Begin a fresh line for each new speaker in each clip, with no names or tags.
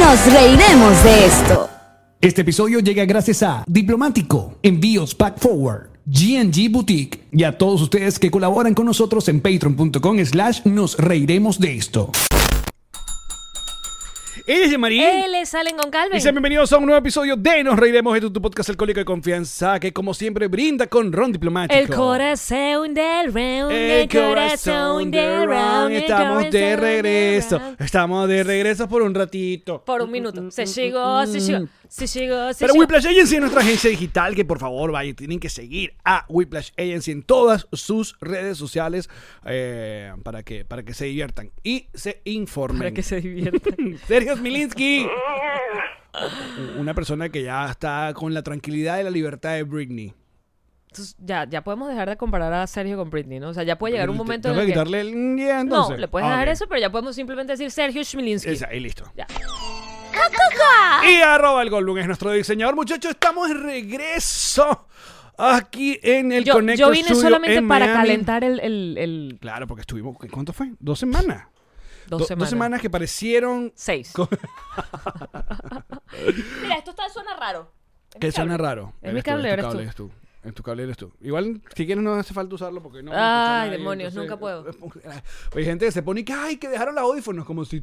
Nos reiremos de esto.
Este episodio llega gracias a Diplomático, Envíos Pack Forward, GNG Boutique y a todos ustedes que colaboran con nosotros en patreon.com slash nos reiremos de esto.
Él es Yamarín.
Él es Allen Goncalves.
Y sean bienvenidos a un nuevo episodio de Nos Reiremos de tu, tu podcast alcohólico de confianza que como siempre brinda con ron diplomático.
El corazón del round,
El corazón de Ron,
el
estamos de
corazón
regreso. Mm,
round.
Estamos de regreso por un ratito.
Por un minuto. Se llegó, se llegó, se llegó, se
Pero
llegó.
Whiplash Agency es nuestra agencia digital que por favor vaya, tienen que seguir a Whiplash Agency en todas sus redes sociales eh, para, que, para que se diviertan y se informen.
Para que se diviertan.
Sergio Smilinski. Una persona que ya está con la tranquilidad y la libertad de Britney.
Entonces, ya, ya podemos dejar de comparar a Sergio con Britney, ¿no? O sea, ya puede llegar un momento
Tengo
en el
que
que...
quitarle el "mm, yeah",
No,
entonces.
le puedes
Ah,
dejar
ok.
eso, pero ya podemos simplemente decir Sergio Schmilinski.
Esa, ahí listo.
Ya.
Y arroba el Goldblum es nuestro diseñador. Muchachos, estamos de regreso aquí en el
Yo,
Connector
yo vine
Studio
solamente
en
para
Miami.
calentar el, el- el-
Claro, porque estuvimos. ¿Cuánto fue? Dos semanas.
dos,
Do-
semanas.
que parecieron.
Seis.
Co-
Mira, esto está, suena raro. Es mi
Que suena
cable.
raro.
Es mi
Eres tú,
cable,
es tu
eres tú.
cable, eres tú. En tu cable eres tú. Igual, si quieres, no hace falta usarlo porque no.
Ay,
no escucha
demonios, nunca puedo.
Hay gente que se pone que, ay, que dejaron los audífonos como si.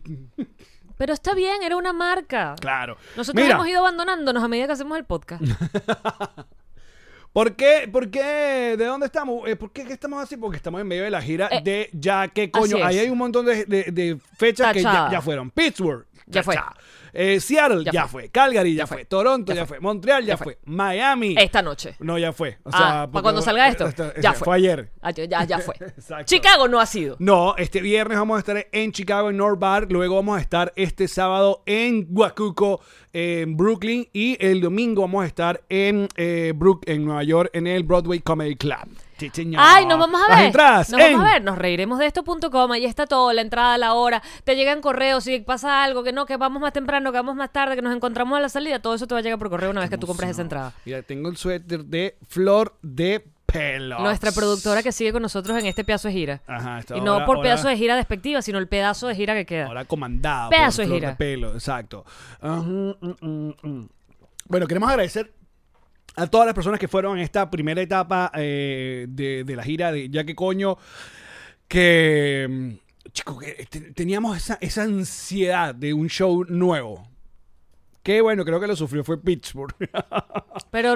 Pero está bien, era una marca.
Claro.
Nosotros
Mira,
hemos ido abandonándonos a medida que hacemos el podcast.
¿por qué? ¿Por qué? ¿De dónde estamos? Eh, ¿Por qué que estamos así? Porque estamos en medio de la gira
Eh,
de ya que
así
coño.
es.
Ahí hay un montón de, de- de fechas que ya,
Tachada.
ya fueron. Pittsburgh.
Ya fue.
tachada. Eh, Seattle ya,
Ya
fue.
fue.
Calgary ya,
Ya
fue.
fue.
Toronto
Ya
ya,
fue.
fue. Montreal ya,
Ya
fue.
fue.
Miami.
Esta noche.
No, ya fue. O
Ah,
sea,
para
porque-
cuando salga esto,
esta-
ya
fue.
fue.
Fue ayer.
Ah, yo- ya, ya fue.
Exacto.
Chicago no ha sido.
No, este viernes vamos a estar en Chicago, en North Bar. Luego vamos a estar este sábado en Huacuco, en Brooklyn. Y el domingo vamos a estar en eh, Brook, en Nueva York, en el Broadway Comedy Club. Sí, señor.
Ay, nos vamos a ver.
Las entradas
nos
en-
vamos a ver. Nos reiremos de esto.com. Ahí está todo, la entrada, la hora. Te llegan correos si pasa algo, que no, que vamos más temprano, que vamos más tarde, que nos encontramos a la salida. Todo eso te va a llegar por correo una vez que tú compres esa entrada.
Mira, tengo el suéter de flor de pelo.
Nuestra productora que sigue con nosotros en este pedazo de gira.
Ah, Ajá, está
y no
ahora-
por
ahora-
pedazo de gira despectiva, sino el pedazo de gira que queda.
Ahora comandada.
Pedazo
por
de
Flor
gira.
pelo, exacto. Ujú, mm, mm, mm. Bueno, queremos agradecer a todas las personas que fueron en esta primera etapa eh, de, de la gira de Ya que coño, que... mm, Chico, que te- teníamos esa, esa ansiedad de un show nuevo. Que bueno, creo que lo sufrió fue Pittsburgh.
Pero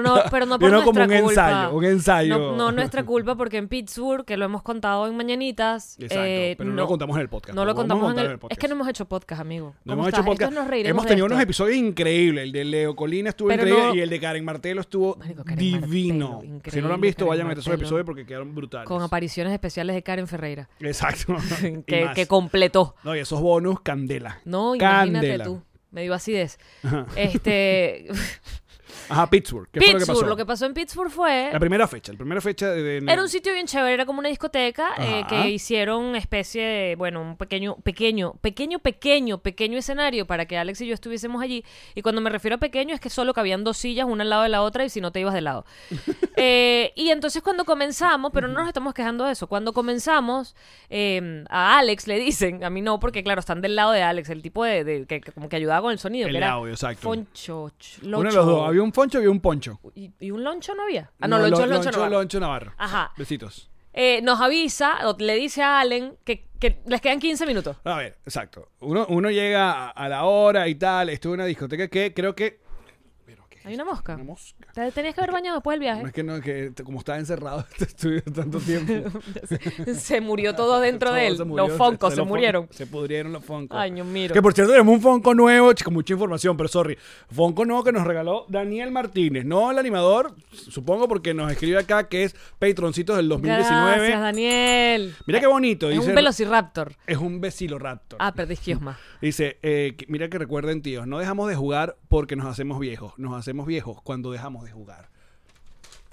no, pero
Vieron
no por nuestra
como un
culpa.
ensayo, un ensayo.
No, no nuestra culpa, porque en Pittsburgh, que lo hemos contado en Mañanitas.
Exacto,
eh,
pero no lo contamos en el podcast,
No
lo
lo
vamos a
contamos en
contar
el,
en el podcast.
Es que no hemos hecho podcast, amigo.
No
¿Cómo
hemos
estás?
hecho podcast.
Estos nos reiremos
hemos
de
tenido
esto.
unos episodios increíbles. El de Leo Colina estuvo
Pero
increíble
no-
y el de Karen Martelo estuvo
Marico, Karen
divino.
Martelo, increíble,
si no lo han visto,
Karen
vayan a ver esos
Martelo.
episodios porque quedaron brutales.
Con apariciones especiales de Karen Ferreira,
Exacto. Y
que,
más.
que completó.
No, y esos bonus, candela.
No, imagínate
candela.
tú. Me dio acidez.
Ajá.
Este.
Ajá, Pittsburgh. ¿Qué
Pittsburgh,
fue lo que pasó?
lo que pasó en Pittsburgh fue.
La primera fecha. La primera fecha de... de-
Era un sitio bien chévere, era como una discoteca eh,
Ajá.
que hicieron especie de, bueno, un pequeño, pequeño, pequeño, pequeño, pequeño escenario para que Alex y yo estuviésemos allí. Y cuando me refiero a pequeño es que solo cabían dos sillas, una al lado de la otra, y si no te ibas de lado. Eh, y entonces cuando comenzamos, pero no nos estamos quejando de eso, cuando comenzamos, eh, a Alex le dicen, a mí no, porque claro, están del lado de Alex, el tipo de, de- que, que como que ayudaba con el sonido.
El
que era
audio, exacto.
Foncho, ch-
Uno de
loncho.
los dos. Había un poncho y había un poncho.
¿Y, y un loncho no había? Ah, no, loncho, Ah.
lo-
es loncho, no. había.
loncho Navarro.
Ajá.
Besitos.
Eh, nos avisa, o le dice a Allen que, que les quedan 15 minutos.
A ver, exacto. Uno, uno llega a, a la hora y tal. Estuve en una discoteca que creo que... Pero, ¿qué es
Hay una mosca.
Una mosca.
Te tenías que haber bañado después del
No es
viaje.
que no, que te- como estaba encerrado este estudio tanto tiempo.
se murió todo dentro
todo
de él.
se murió,
los foncos se,
los fon-
murieron.
Se pudrieron los foncos.
Ay, Dios mío.
Que por cierto, tenemos un fonco nuevo, chico, mucha información, pero sorry. Fonco nuevo que nos regaló Daniel Martínez, no el animador, supongo porque nos escribe acá que es Patroncitos del 2019.
Gracias, Daniel.
Mira qué bonito,
Es
dice.
un velociraptor.
es un veciloraptor.
Ah, perdí esquiosma.
Dice, eh, que- mira que recuerden, tíos, no dejamos de jugar porque nos hacemos viejos. Nos hacemos viejos cuando dejamos de jugar.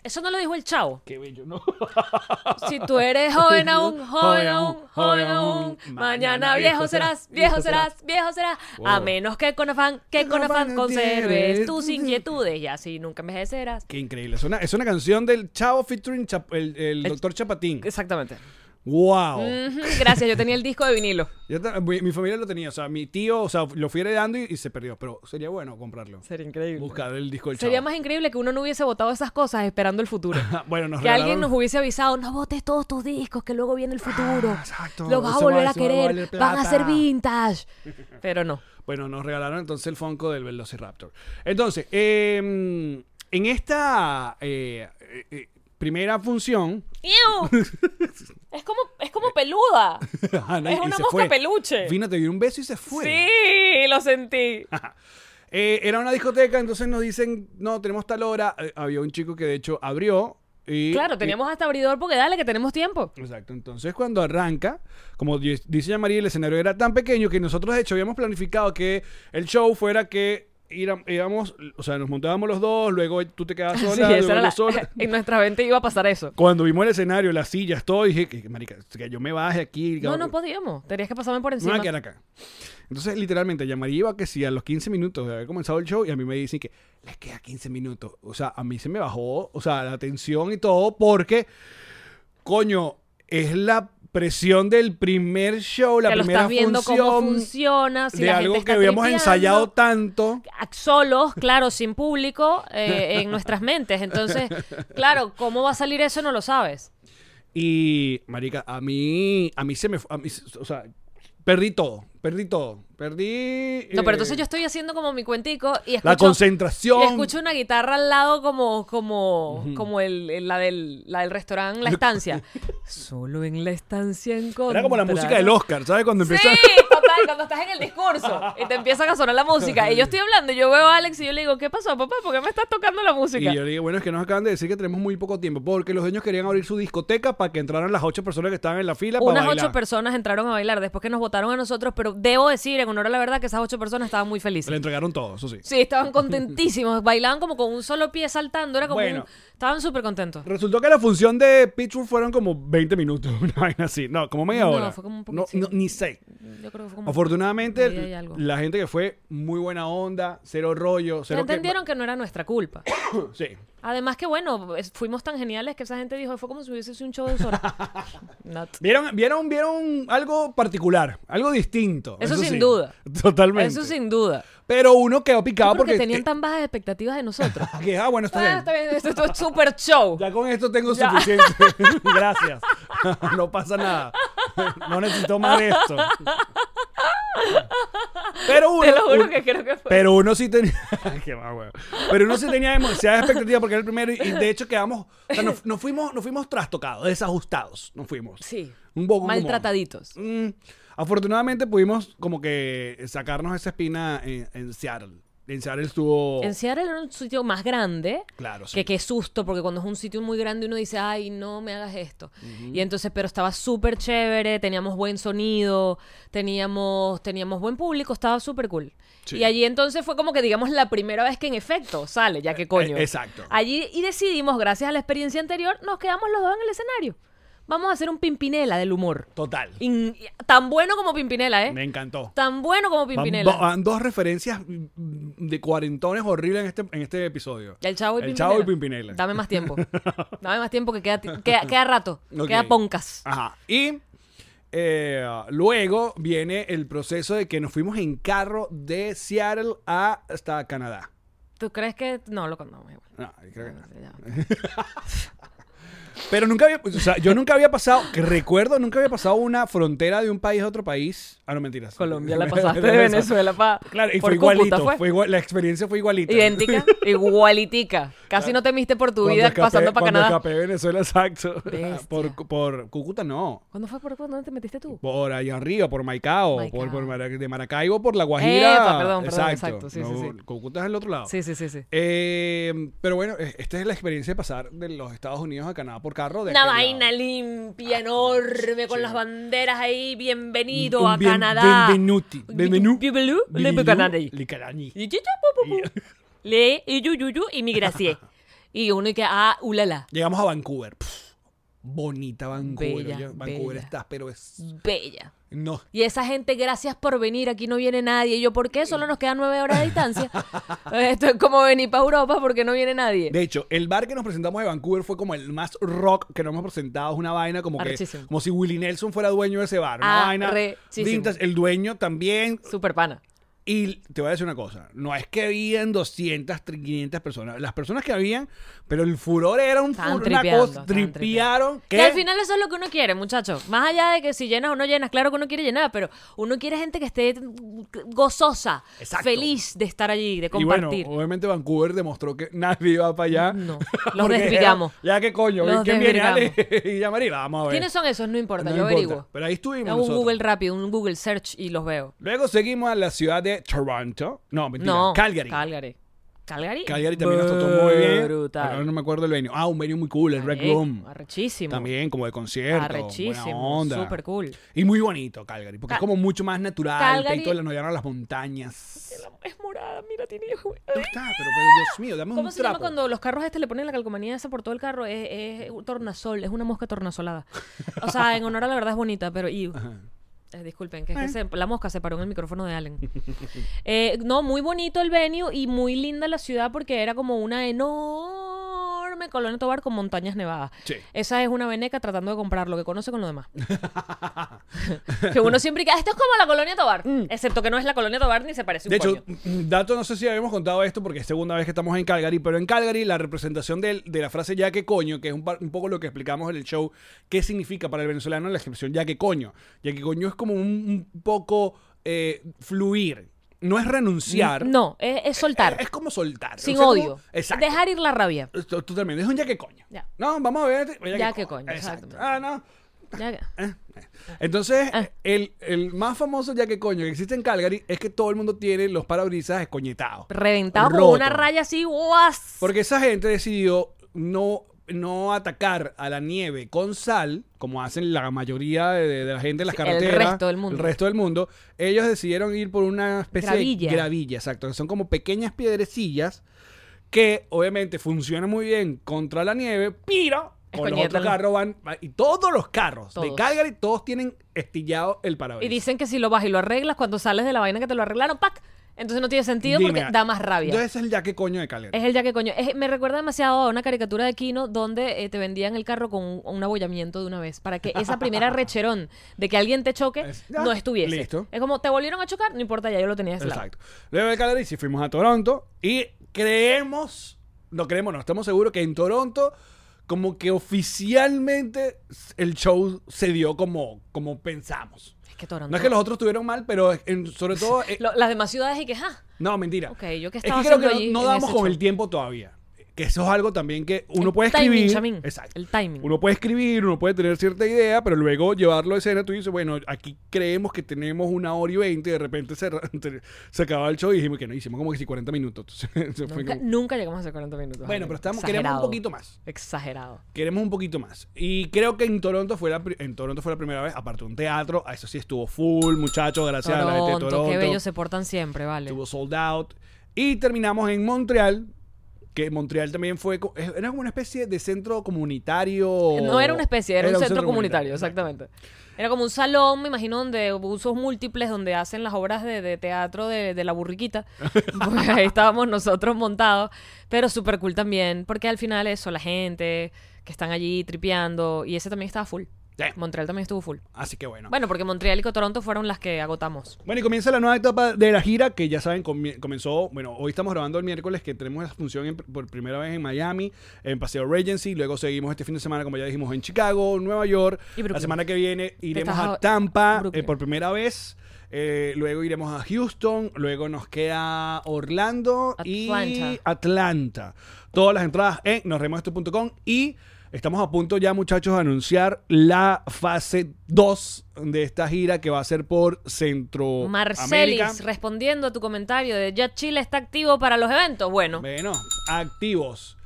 Eso no lo dijo el chavo.
Qué bello, ¿no?
Si tú eres joven aún, joven aún, joven aún, mañana viejo serás, viejo serás, viejo serás, a menos que con afán, que con afán conserves tus inquietudes y así nunca envejecerás.
Qué increíble. Es una, es una canción del Chavo featuring Chap- el, el doctor Chapatín.
Exactamente.
¡Wow!
Ujú, Gracias, yo tenía el disco de vinilo.
Ya está, mi, mi familia lo tenía, o sea, mi tío, o sea, lo fui heredando y, y se perdió, pero sería bueno comprarlo.
Sería increíble.
Buscar el disco del
Sería
Chavo.
más increíble que uno no hubiese votado esas cosas esperando el futuro.
bueno, nos
que alguien
regalaron-
nos hubiese avisado, no votes todos tus discos, que luego viene el futuro.
Ah, exacto,
Los vas a
eso va-
volver a
eso va a
querer,
valer
van a
plata".
ser vintage. Pero no.
Bueno, nos regalaron entonces el Funko del Velociraptor. Entonces, eh, en esta eh, eh, eh, primera función.
¡Iu! es, como, es como peluda.
Ana,
es
y
una
se
mosca
fue.
peluche.
Vino, te dio un beso y se fue.
Sí, lo sentí.
Eh, era una discoteca, entonces nos dicen, no, tenemos tal hora. Eh, había un chico que de hecho abrió. Y,
Claro,
y-
teníamos hasta abridor porque dale que tenemos tiempo.
Exacto, entonces cuando arranca, como di- dice ya María, el escenario era tan pequeño que nosotros de hecho habíamos planificado que el show fuera que íram- íbamos, o sea, nos montábamos los dos, luego tú te quedabas sola,
Sí,
luego
esa era
yo
la-
sola.
en nuestra mente iba a pasar eso.
Cuando vimos el escenario, las sillas, todo, dije, que, marica, que yo me baje aquí.
No,
cabrón,
no podíamos. Tenías que pasarme por
me voy
encima.
a quedar acá. Entonces, literalmente, ya María iba que si a los 15 minutos de haber comenzado el show y a mí me dicen que les queda 15 minutos. O sea, a mí se me bajó, o sea, la tensión y todo porque, coño, es la presión del primer show, la
que lo
primera
estás viendo cómo
función
funciona. Si
de
la
algo
gente
que
está
habíamos
tripeando.
ensayado tanto.
a- solos, claro, sin público, eh, en nuestras mentes. Entonces, claro, ¿cómo va a salir eso? No lo sabes.
Y, marica, a mí, a mí se me, fu- a mí se- o sea, perdí todo, perdí todo, perdí.
No, pero
eh,
entonces yo estoy haciendo como mi cuentico y escucho,
la concentración.
y escucho una guitarra al lado como, como, como el, el- la, del, la del restaurante, la estancia. Solo en la estancia encontrarás...
Era como la música del Oscar, ¿sabes? Cuando
Sí,
empieza.
total, cuando estás en el discurso y te empiezan a sonar la música. Y yo estoy hablando, y yo veo a Alex y yo le digo, ¿qué pasó, papá? ¿Por qué me estás tocando la música?
Y yo le digo, bueno, es que nos acaban de decir que tenemos muy poco tiempo, porque los dueños querían abrir su discoteca para que entraran las ocho personas que estaban en la fila
Unas
para bailar.
ocho personas entraron a bailar después que nos votaron a nosotros, pero debo decir, en honor a la verdad, que esas ocho personas estaban muy
Se Le
felices.
entregaron todo, eso sí.
Sí, estaban contentísimos. Bailaban como con un solo pie saltando. Era como
Bueno.
un- Estaban súper contentos.
Resultó que la función de Pitchfork fueron como 20 minutos, una vaina así. No, como media
No,
hora.
fue como un
no,
poquito, sí.
no, Ni seis.
Yo creo que fue como...
Afortunadamente,
Ahí hay algo.
la gente que fue muy buena onda, cero rollo,
Ya
cero. que-
entendieron que no era nuestra culpa.
Sí.
Además que, bueno, es- fuimos tan geniales que esa gente dijo, fue como si hubiese sido un show de dos horas. Not.
Vieron, vieron, vieron algo particular, algo distinto.
Eso sin duda.
Totalmente.
Eso sin duda.
Pero uno quedó
Yo
picado
creo
porque.
que tenían tan bajas expectativas de nosotros.
Ah, que, ah, bueno, está
ah,
bien.
está bien, esto, esto es súper show.
Ya con esto tengo
Ya.
suficiente. Gracias. no pasa nada. No necesito más de esto. Pero uno.
Te lo juro
un-
que creo que fue.
Pero uno sí tenía. Qué más huevo. Pero uno sí tenía demasiadas expectativas porque era el primero y y de hecho quedamos. o sea, nos, nos fuimos, nos fuimos trastocados, desajustados. Nos fuimos.
Sí.
Un poco como-
Maltrataditos.
Mm, afortunadamente pudimos como que sacarnos esa espina en, en Seattle. En Seattle estuvo.
En Seattle era un sitio más grande.
Claro, sí.
Que qué susto, porque cuando es un sitio muy grande uno dice, ay, no me hagas esto. Y entonces, pero estaba súper chévere, teníamos buen sonido, teníamos, teníamos buen público, estaba súper cool.
Sí.
Y allí entonces fue como que, digamos, la primera vez que en efecto sale, ya que coño.
eh, exacto.
Allí y decidimos, gracias a la experiencia anterior, nos quedamos los dos en el escenario. Vamos a hacer un pimpinela del humor.
Total.
In- tan bueno como pimpinela, ¿eh?
Me encantó.
Tan bueno como
Van,
pimpinela.
va- van dos referencias mm, de cuarentones horribles en este, en este episodio.
El Chavo y
El
Pimpinela.
Chavo y Pimpinela.
Dame más tiempo. Dame más tiempo que queda, ti- queda, queda rato.
Ok.
Queda poncas.
Ajá. Y eh, luego viene el proceso de que nos fuimos en carro de Seattle a- hasta Canadá. Ah,
¿Tú crees que.? No, lo contamos igual.
No, creo que no.
Ya.
Pero nunca había, o sea, yo nunca había pasado, que recuerdo, nunca había pasado una frontera de un país a otro país. Ah, no, mentiras.
Colombia la pasaste de Venezuela para.
Claro, y fue igualito. Fue. igual, la experiencia fue igualita.
Idéntica, igualitica. Casi no temiste por tu
Cuando
vida
escapé-
pasando para
cuando
Canadá.
escapé de Venezuela, exacto.
Bestia.
Por, por Cúcuta, no.
¿Cuándo fue por cuándo te metiste tú?
Por allá arriba, por Maicao,
Maicao.
Por, por Mara- de Maracaibo, por La Guajira.
Epa, perdón, perdón,
exacto.
exacto, sí, sí, sí.
Cúcuta es el otro lado.
Sí, sí, sí, sí.
Eh, pero bueno, eh, esta es la experiencia de pasar de los Estados Unidos a Canadá por carro. De
Una
aquel lado.
vaina
Ah,
limpia, enorme, con las banderas ahí. Bienvenido
Un
a
bien-
Canadá.
Bienvenuti. Bienvenu.
Bienvenu.
Bienvenu.
Le Canadá. Y
Licarani.
yu, yu, pu, pu, pu. Le y yu, yu, yu, y migracie. Y uno y que, ah, ulala.
Llegamos a Vancouver. Pff, bonita Vancouver.
Bella,
Oye, Vancouver
bella.
está, pero es.
Bella.
No.
Y esa gente, gracias por venir, aquí no viene nadie. Y yo, ¿por qué? Solo nos quedan nueve horas de distancia. Esto es como venir para Europa porque no viene nadie.
De hecho, el bar que nos presentamos de Vancouver fue como el más rock que nos hemos presentado. Es una vaina como que.
Arrechísimo. Ah,
Como si Willie Nelson fuera dueño de ese bar. Una vaina.
Arrechísimo.
vintage. El dueño también.
Super pana.
Y te voy a decir una cosa, no es que habían 200, 500 personas, las personas que habían, pero el furor era un
Estaban
furor, una
tripeando,
cosa,
estaban
tripearon,
Que al final eso es lo que uno quiere, muchachos. Más allá de que si llenas o no llenas, claro que uno quiere llenar, pero uno quiere gente que esté gozosa,
Exacto.
feliz de estar allí, de
y bueno,
compartir.
obviamente Vancouver demostró que nadie iba para allá.
No, los
Porque
desvirgamos.
dijeron, Ya que coño,
Los
¿quién viene?
desvirgamos.
Ale y ya María, vamos a ver.
¿Quiénes son esos? No importa,
No
yo
importa,
averiguo.
Pero ahí estuvimos
Hago un
nosotros.
Google rápido, un Google search y los veo.
Luego seguimos a la ciudad de Toronto. No, mentira,
No,
Calgary.
Calgary. Calgary.
Calgary también nos trató muy bien.
Brutal.
Ahora no me acuerdo el venue. Ah, un venue muy cool, el Red
Marico,
Room.
Arrechísimo.
También como de concierto. buena
Arrechísimo.
onda.
Super cool.
Y muy bonito Calgary, porque
Cal-
es como mucho más natural.
Calgary-
Peito de la Noyana a las montañas.
Es morada, mira, tiene hijos.
¿Dónde está? Pero, pero, Dios mío, dame un
¿Cómo se llama
trapo.
cuando los carros este le ponen la calcomanía esa por todo el carro? Es, es un tornasol, es una mosca tornasolada. O sea, en honor a la verdad es bonita, pero... y- Eh, disculpen, que, es que se- la mosca se paró en el micrófono de Allen. Eh, no, muy bonito el venue y muy linda la ciudad porque era como una enorme colonia Tobar con montañas nevadas.
Sí.
Esa es una veneca tratando de comprar lo que conoce con lo demás. que uno siempre... que, "Ah, Esto es como la colonia Tobar, excepto que no es la colonia Tobar ni se parece un
Mm. De hecho,
coño.
mm, dato, no sé si habíamos contado esto porque es segunda vez que estamos en Calgary, pero en Calgary la representación del- de, la frase ya que coño, que es un, par- un poco lo que explicamos en el show, qué significa para el venezolano la expresión ya que coño. Ya que coño es como un, un poco eh, fluir, no es renunciar.
No, es, es soltar.
Es como soltar.
Sin
O sea, como-
odio.
exacto.
Dejar ir la rabia.
Esto- Totalmente, es un ya que coño.
Ya.
No, vamos a ver. Ya,
Ya que coño,
Exacto.
exactamente.
Ah, no.
Ya que-
Eh, eh. Entonces,
Ah.
el, el más famoso ya que coño que existe en Calgary es que todo el mundo tiene los parabrisas escoñetados.
Reventado con
Roto.
una raya así. ¡guas!
Porque esa gente decidió no, no atacar a la nieve con sal, como hacen la mayoría de, de- de la gente en las
Sí, el
carreteras.
resto del mundo.
El resto del mundo. Ellos decidieron ir por una especie
Gravilla.
de gravilla, exacto. Que son como pequeñas piedrecillas que obviamente funcionan muy bien contra la nieve, pero con los otros
Escoñétalo.
carros van... Y todos los carros de
Todos.
Calgary, todos tienen estillado el
Y
parabrisas.
dicen que si lo vas y lo arreglas, cuando sales de la vaina que te lo arreglaron, ¡pac! Entonces no tiene sentido
Dime,
porque da más rabia.
Entonces ese es el ya que coño de Calgary.
es el ya que coño. Es- me recuerda demasiado a una caricatura de Kino donde eh, te vendían el carro con un, un abollamiento de una vez. Para que esa primera recherón de que alguien te choque
Es- ya,
no estuviese.
listo.
Es como, te volvieron a chocar, no importa, ya yo lo tenía de ese lado.
Exacto. Luego de Calgary sí fuimos a Toronto y creemos, no creemos, no, estamos seguros que en Toronto como que oficialmente el show se dio como, como pensamos.
Es que Toronto.
No es que los otros estuvieron mal, pero en- sobre todo... eh,
lo- las demás ciudades y que, ¡ah!
no, mentira.
Ok, ¿yo qué
es que
estaba
creo que
haciendo allí
no, no
en
damos
ese
con
show?
el tiempo todavía. Que eso es algo también que uno
El
puede
timing,
escribir.
chamín.
Exacto.
El timing.
Uno puede escribir, uno puede tener cierta idea, pero luego llevarlo a escena, tú dices, bueno, aquí creemos que tenemos una hora y veinte, y de repente se, se acababa el show y dijimos que no, hicimos como que sí, 40 minutos. Entonces, fue
Nunca,
como-
nunca llegamos a hacer 40 minutos.
bueno,
Jaime.
pero estamos,
Exagerado.
queremos un poquito más.
Exagerado.
Queremos un poquito más. Y creo que en Toronto fue la, pri- en Toronto fue la primera vez, aparte de un teatro, a eso sí estuvo full, muchachos, gracias a la gente de
Toronto,
Toronto.
qué bellos se portan siempre, vale.
Estuvo sold out. Y terminamos en Montreal, que Montreal también fue. co- eh, Era como una especie de centro comunitario.
No era una especie, era, un, centro, comunitario,
exacto.
exactamente. Era como un salón, me imagino, donde usos múltiples, donde hacen las obras de, de teatro de, de la burriquita. Pues ahí estábamos nosotros montados, pero súper cool también, porque al final eso, la gente que están allí tripeando, y ese también estaba full.
Sí.
Montreal también estuvo full.
Así que bueno.
Bueno, porque Montreal y Toronto fueron las que agotamos.
Bueno, y comienza la nueva etapa de la gira, que ya saben, comi- comenzó, bueno, hoy estamos grabando el miércoles, que tenemos la función en- por primera vez en Miami, en Paseo Regency, luego seguimos este fin de semana, como ya dijimos, en Chicago, Nueva York,
Y Brooklyn.
la semana que viene iremos
estás
a
a-
Tampa eh,
Brooklyn.
por primera vez, eh, luego iremos a Houston, luego nos queda Orlando y
Atlanta.
Atlanta. Todas las entradas en nosremoesto.com y estamos a punto ya, muchachos, de anunciar la fase 2 de esta gira que va a ser por Centro
Marcelis,
América.
respondiendo a tu comentario de ya Chile está activo para los eventos. Bueno,
Bueno, activos.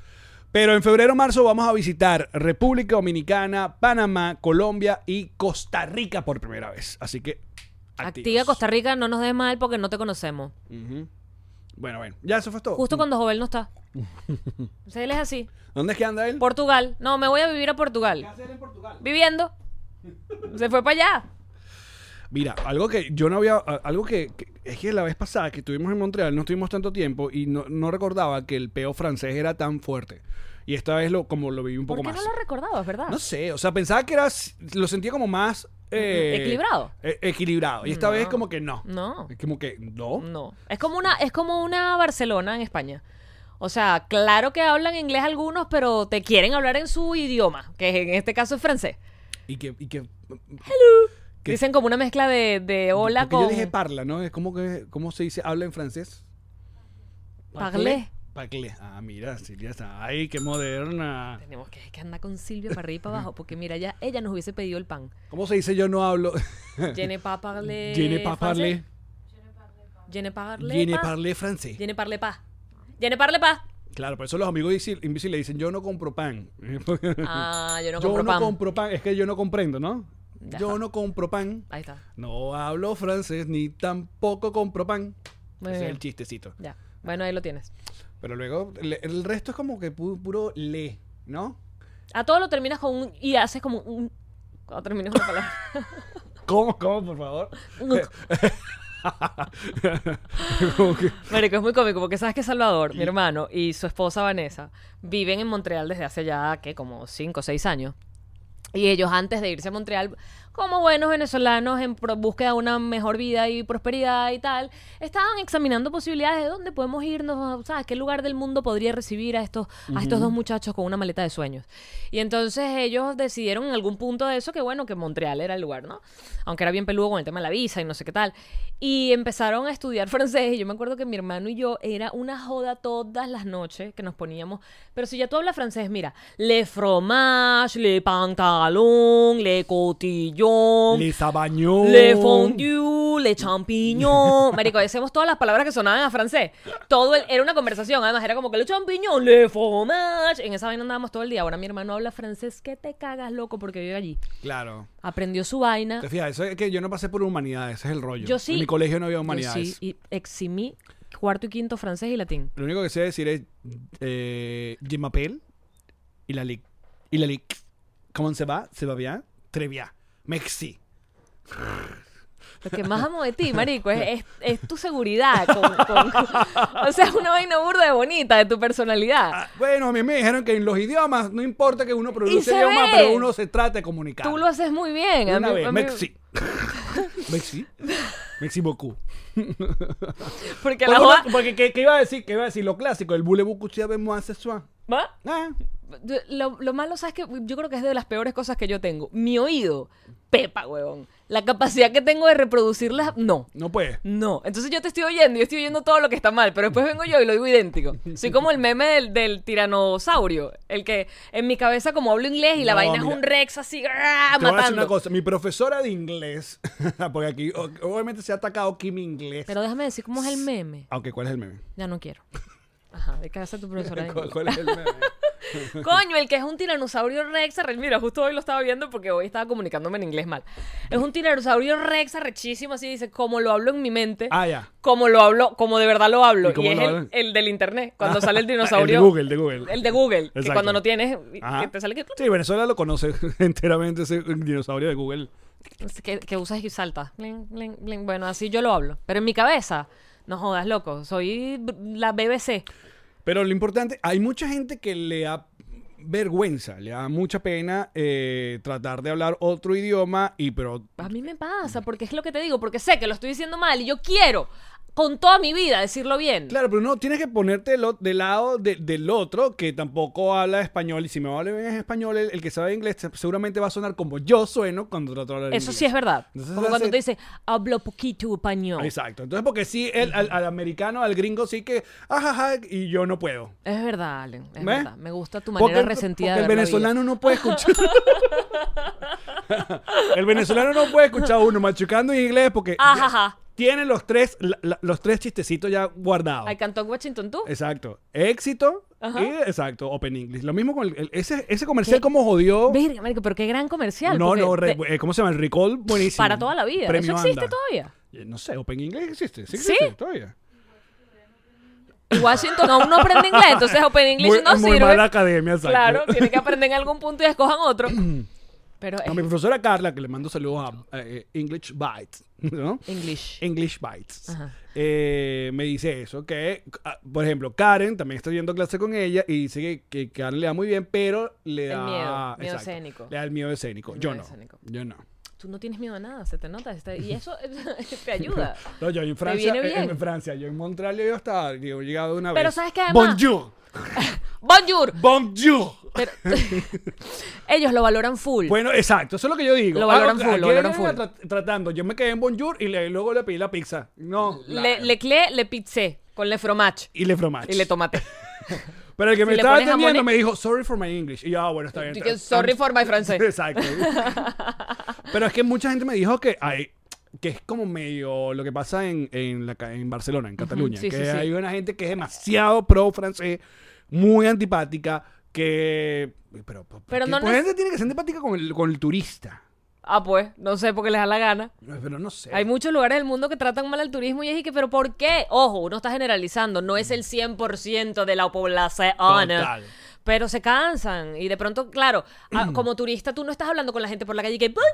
Pero en febrero marzo vamos a visitar República Dominicana, Panamá, Colombia y Costa Rica por primera vez. Así que
activa
activos.
Costa Rica, no nos des mal porque no te conocemos.
Ujú. Bueno, bueno, ya eso fue todo.
Justo cuando Jovel no está. O sea, él es así.
¿Dónde es que anda él?
Portugal. No, me voy a vivir a Portugal. Viviendo. Se fue para allá.
Mira, algo que yo no había. a- Algo que, que- Es que la vez pasada que estuvimos en Montreal no estuvimos tanto tiempo y no, no recordaba que el peo francés era tan fuerte. Y esta vez lo, como lo viví un
¿Por
poco
qué
más.
no lo recordabas, verdad?
No sé, o sea, pensaba que era. Lo sentía como más. eh,
Equilibrado.
e- equilibrado. Y esta
No.
vez, como que no.
No. Mm.
Es como que no.
No. Es como una, es como una Barcelona en España. O sea, claro que hablan inglés algunos, pero te quieren hablar en su idioma, que en este caso es francés.
Y que. Y que Hello.
Dicen como una mezcla de, de hola con
Yo dije parla, ¿no? Es como que. ¿Cómo se dice? Habla en francés.
parlé.
Parlé. Ah, mira, Silvia está. Ay, qué moderna.
Tenemos que, que andar con Silvia para arriba y para abajo, porque mira, ya ella nos hubiese pedido el pan.
¿Cómo se dice yo no hablo?
Je ne pas parler
Je ne pas parler.
français. Je ne parle
Je ne
pas.
parle français.
Je ne parle pas. Je ne parle pas.
Claro, por eso los amigos disi- invisibles dicen yo no compro pan.
Ah, yo no
yo
compro
no
pan.
compro pan. Es que yo no comprendo, ¿no?
Ya
yo
está.
no compro pan.
Ahí está.
No hablo francés ni tampoco compro pan.
Muy
Ese es
bien.
el chistecito.
Ya. Bueno, ahí lo tienes.
Pero luego le- el resto es como que pu- puro le, ¿no?
A todo lo terminas con un y haces como un cuando terminas una palabra.
¿Cómo, cómo, por favor? Como que-
Marico, es muy cómico porque sabes que Salvador, mi hermano, y su esposa Vanessa viven en Montreal desde hace ya, ¿qué? Como 5 o 6 años. Y ellos antes de irse a Montreal, como buenos venezolanos en pro- búsqueda de una mejor vida y prosperidad y tal, estaban examinando posibilidades de dónde podemos irnos, ¿sabes? ¿Qué lugar del mundo podría recibir a estos, a estos dos muchachos con una maleta de sueños? Y entonces ellos decidieron en algún punto de eso que, bueno, que Montreal era el lugar, ¿no? Aunque era bien peludo con el tema de la visa y no sé qué tal. Y empezaron a estudiar francés. Y yo me acuerdo que mi hermano y yo era una joda todas las noches que nos poníamos. Pero si ya tú hablas francés, mira, le fromage, le pantalón, le cotillon.
le sabañón.
Le fondue, le champiñón. Marico, decíamos todas las palabras que sonaban a francés. Todo el- era una conversación. Además, era como que le champiñón, le fromage. En esa vaina andábamos todo el día. Ahora mi hermano habla francés que te cagas, loco, porque vive allí.
Claro.
Aprendió su vaina.
Te fijas, eso es que yo no pasé por humanidades, ese es el rollo.
Yo sí.
En mi colegio no había
yo
humanidades.
sí, y eximí cuarto y quinto francés y latín.
Lo único que sé decir es eh, Je m'appelle y la lic. Y la lic. ¿Cómo se va? ¿Se va bien? Très bien. Mexi.
Lo que más amo de ti, marico, es, es- es tu seguridad. con- con- con- o sea, es una vaina burda de bonita de tu personalidad.
Ah, bueno, a mí me dijeron que en los idiomas no importa que uno pronuncie
se
idioma,
ve.
pero uno se trata de comunicar.
Tú lo haces muy bien. A
Una
mí-
vez,
a mí-
Mexi. Mexi. Mexi beaucoup.
Porque la
Porque,
joda-
uno- porque ¿qué, qué iba a decir? ¿Qué iba a decir? Lo clásico, el boule beaucoup, si vemos hace soin.
¿Va?
Ah,
De- Lo, lo malo, ¿sabes que Yo creo que es de las peores cosas que yo tengo. Mi oído, pepa, huevón. La capacidad que tengo de reproducirlas, no.
no puede.
No. Entonces yo te estoy oyendo, yo estoy oyendo todo lo que está mal, pero después vengo yo y lo digo idéntico. Soy como el meme del, del tiranosaurio, el que en mi cabeza como hablo inglés y la
No,
vaina es
mira.
un rex así, ¡ah!
Te voy a decir
matando.
una cosa. Mi profesora de inglés, porque aquí o- obviamente se ha atacado Kim Inglés.
Pero déjame decir cómo es el meme.
Aunque, ¿cuál es el meme?
Ya no quiero. Ajá, de casa tu profesora. de
¿Cuál,
inglés.
cuál es el meme?
Coño, el que es un tiranosaurio rex, arre- mira, justo hoy lo estaba viendo porque hoy estaba comunicándome en inglés mal. Es un tiranosaurio rex arrechísimo, así dice, como lo hablo en mi mente,
Ah, ya.
como lo hablo, como de verdad lo hablo.
¿Y
Y,
cómo
es
lo
el,
hablan?
el del internet, cuando
Ah,
sale el dinosaurio.
el de Google, el de Google.
El de Google, que
Exacto.
cuando no tienes,
Ajá.
que te sale que,
Sí, Venezuela lo conoce enteramente ese dinosaurio de Google.
que, que usas y saltas. Bling, bling, bling. Bueno, así yo lo hablo. Pero en mi cabeza, no jodas, loco, soy b- la BBC.
Pero lo importante, hay mucha gente que le ha vergüenza, le da mucha pena eh, tratar de hablar otro idioma y pero
A mí me pasa, porque es lo que te digo, porque sé que lo estoy diciendo mal y yo quiero con toda mi vida decirlo bien.
Claro, pero no tienes que ponerte del, o- del lado de- del otro que tampoco habla español. Y si me habla bien español, el, el que sabe inglés se- seguramente va a sonar como yo sueno cuando trato de hablar
Eso
inglés.
sí es verdad.
Entonces
Como cuando
hace-
te dice, hablo poquito español.
Exacto. Entonces, porque sí, el, al, al americano, al gringo, sí que. Ajaja, y yo no puedo.
Es verdad, Allen.
¿Ves?
Es verdad. Me gusta tu
¿Eh? Porque
manera
el-
resentida
porque
de
el
ver la
venezolano no puede escuchar. el venezolano no puede escuchar uno machucando en inglés porque.
vida. Ajaja.
Tiene los tres, la- la- los tres chistecitos ya guardados.
I can talk Washington tú.
Exacto. Éxito.
Ajá.
Y, exacto, Open English. Lo mismo con el- el- ese, ese comercial como jodió.
Verga, marico, pero qué gran comercial.
no,
porque
no, re-
de-
eh, ¿cómo se llama? El Recall, buenísimo.
para toda la vida.
Premio
Eso existe
Anda.
todavía.
Eh, No sé, Open English existe. Sí,
¿Sí?
existe todavía.
Y Washington aún no aprende inglés, entonces Open English
muy,
no
muy
sirve.
mala academia, exacto.
Claro, tiene que aprender en algún punto y escojan otro. Pero
A
es
mi profesora Carla, que le mando saludos a eh, English Bites, ¿no?
English.
English Bites.
Ajá.
Eh, me dice eso, que, ah, por ejemplo, Karen, también estoy viendo clase con ella, y dice que, que Karen le da muy bien, pero le
El
da...
miedo, miedo
exacto,
escénico.
Le da el miedo escénico.
El
yo
miedo
no.
escénico.
Yo no.
Tú no tienes miedo a nada, se te nota. está- Y eso te ayuda.
No, yo en
Te
Francia, eh,
viene
en,
bien.
en Francia, yo en Montreal yo estaba, yo he llegado una vez.
Pero ¿sabes qué además?
Bonjour,
Bonjour.
bonjour.
Pero- ellos lo valoran full.
Bueno, exacto, eso es lo que yo digo. Ah,
Lo valoran
ok,
full, lo
aquí
valoran
ella
full.
tra- tratando, yo me quedé en bonjour y le- luego le pedí la pizza. No. la-
le, le clé, le pizzé con le fromage
y le fromage.
y le tomate.
Pero el que me
le
estaba
pones jamón
atendiendo
y-
me dijo, sorry for my English. Y yo, ah, bueno, está bien.
Y que, "Sorry for my francés".
Exacto. Pero es que mucha gente me dijo que hay que es como medio lo que pasa en, en, la ca- en Barcelona, en Cataluña,
sí,
que
sí, sí.
hay una gente que es demasiado pro francés, muy antipática, que... Pero, pero,
Pero
que-
no
pues
neces-
gente tiene que ser antipática con el, con el turista.
Ah, pues, no sé, porque les da la gana.
Pero no sé.
Hay muchos lugares del mundo que tratan mal al turismo y es y que, pero ¿por qué? Ojo, uno está generalizando, no es el 100% de la población.
Total.
Pero se cansan y de pronto, claro,
Mm.
a- como turista tú no estás hablando con la gente por la calle que bonjour,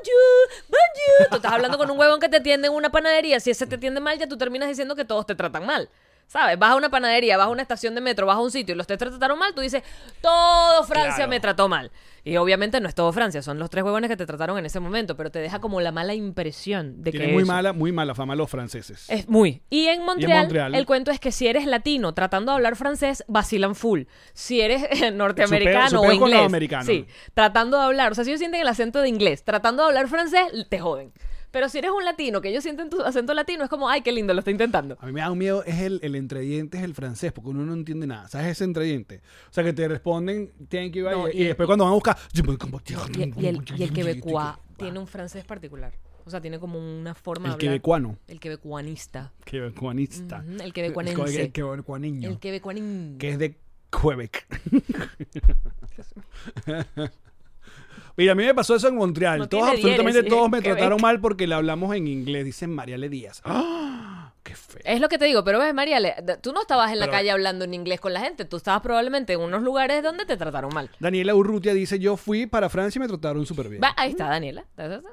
bonjour, tú estás hablando con un huevón que te tiende en una panadería, si ese te tiende mal ya tú terminas diciendo que todos te tratan mal. ¿Sabes? Vas a una panadería, vas a una estación de metro, vas a un sitio y los te trataron mal, tú dices, todo Francia
Claro.
me trató mal. Y obviamente no es todo Francia, son los tres huevones que te trataron en ese momento, pero te deja como la mala impresión de
Tiene
que
muy
eso-
mala, muy mala fama los franceses.
es muy. Y en, Montreal,
Montreal-
el cuento es que si eres latino tratando de hablar francés, vacilan full. Si eres eh, norteamericano
Su peor- su peor
o
con los
inglés.
americanos.
Sí, tratando de hablar. O sea, si ellos sienten el acento de inglés, tratando de hablar francés, l- te joden. Pero si eres un latino, que ellos sienten tu acento latino, es como, ay, qué lindo, lo está intentando.
A mí me da un miedo es el, el entre dientes, el francés, porque uno no entiende nada. ¿Sabes ese entre dientes? O sea, que te responden, tienen que ir
No,
y, y
y-
después cuando van a buscar...
Y, y el, y el quebecuá tiene un francés particular. O sea, tiene como una forma
El
de hablar.
quebecuano.
El quebecuanista.
Quebecuanista.
Ujú, el
Es como
quebecuanense.
El quebecuaniño.
El quebecuanín.
que es de Quebec. Mira, a mí me pasó eso en Montreal.
No
todos,
tiene
absolutamente
diéresis,
todos me
Quebec.
trataron mal porque le hablamos en inglés. Dicen Mariale Díaz. ¡Ah! ¡Qué feo!
Es lo que te digo, pero ves, María, le- tú no estabas en la
Pero-
calle hablando en inglés con la gente, tú estabas probablemente en unos lugares donde te trataron mal.
Daniela Urrutia dice, yo fui para Francia y me trataron súper bien.
Va, ahí está Daniela, Ta, ta, ta.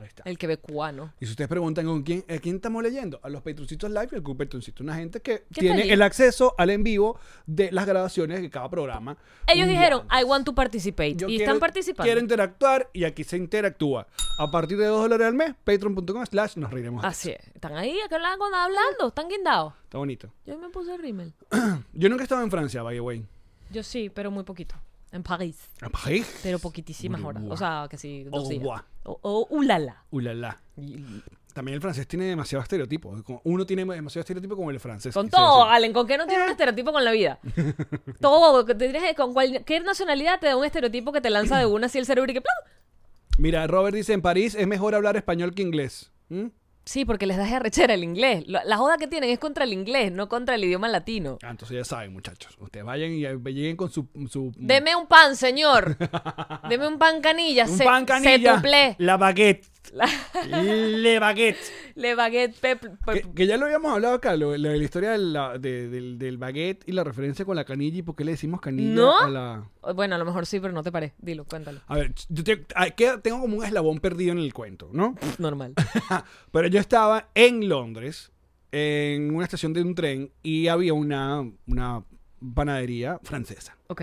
Ahí está.
el quebecuano.
Y si ustedes preguntan con quién, a quién estamos leyendo, a los Patroncitos Live y al Club Patroncito, una gente que
¿Qué
tiene
tal?
el acceso al en vivo de las grabaciones de cada programa.
Ellos
Un día
dijeron,
antes.
I want to participate,
Yo
y
quiero-
están participando.
Quiero interactuar y aquí se interactúa. A partir de 2 dólares al mes, patreon.com slash nos reiremos.
Así es, Ah, están ahí, que hablan cuando hablando, están guindados.
Está bonito.
Yo me puse rímel.
Yo nunca he estado en Francia, by the way.
Yo sí, pero muy poquito. En París,
A París.
pero poquitísimas
Au
horas.
revoir.
O sea, que sí,
Au
dos días.
revoir.
O, o ulala.
Ulala. También el francés tiene demasiado estereotipo. Como- Uno tiene demasiado estereotipo como el francés.
Con
quise
todo,
decir.
Allen, ¿con qué no
Eh.
tienes un estereotipo con la vida? todo, que te tienes- con cualquier nacionalidad te da un estereotipo que te lanza de una así el cerebro y que ¡plum!
Mira, Robert dice, en París es mejor hablar español que inglés. ¿Mm?
Sí, porque les das arrechera el inglés. Lo- La joda que tienen es contra el inglés, no contra el idioma latino.
Ah, entonces ya saben, muchachos. Ustedes vayan y eh, lleguen con su... su
Deme un pan, señor. Deme un pan canilla.
un
se-
pan canilla.
Se tuplé.
La baguette.
La-
Le baguette.
Le baguette pep-
Que,
pep-
que ya lo habíamos hablado acá, lo, lo de la historia de la- de- del, del baguette y la referencia con la canilla y por qué le decimos canilla
¿No?
a la...
Bueno, a lo mejor sí, pero no te paré. Dilo, cuéntalo.
A ver, yo te- ah, queda- tengo como un eslabón perdido en el cuento, ¿no?
Normal.
Pero yo estaba en Londres, en una estación de un tren, y había una, una panadería francesa.
Ok.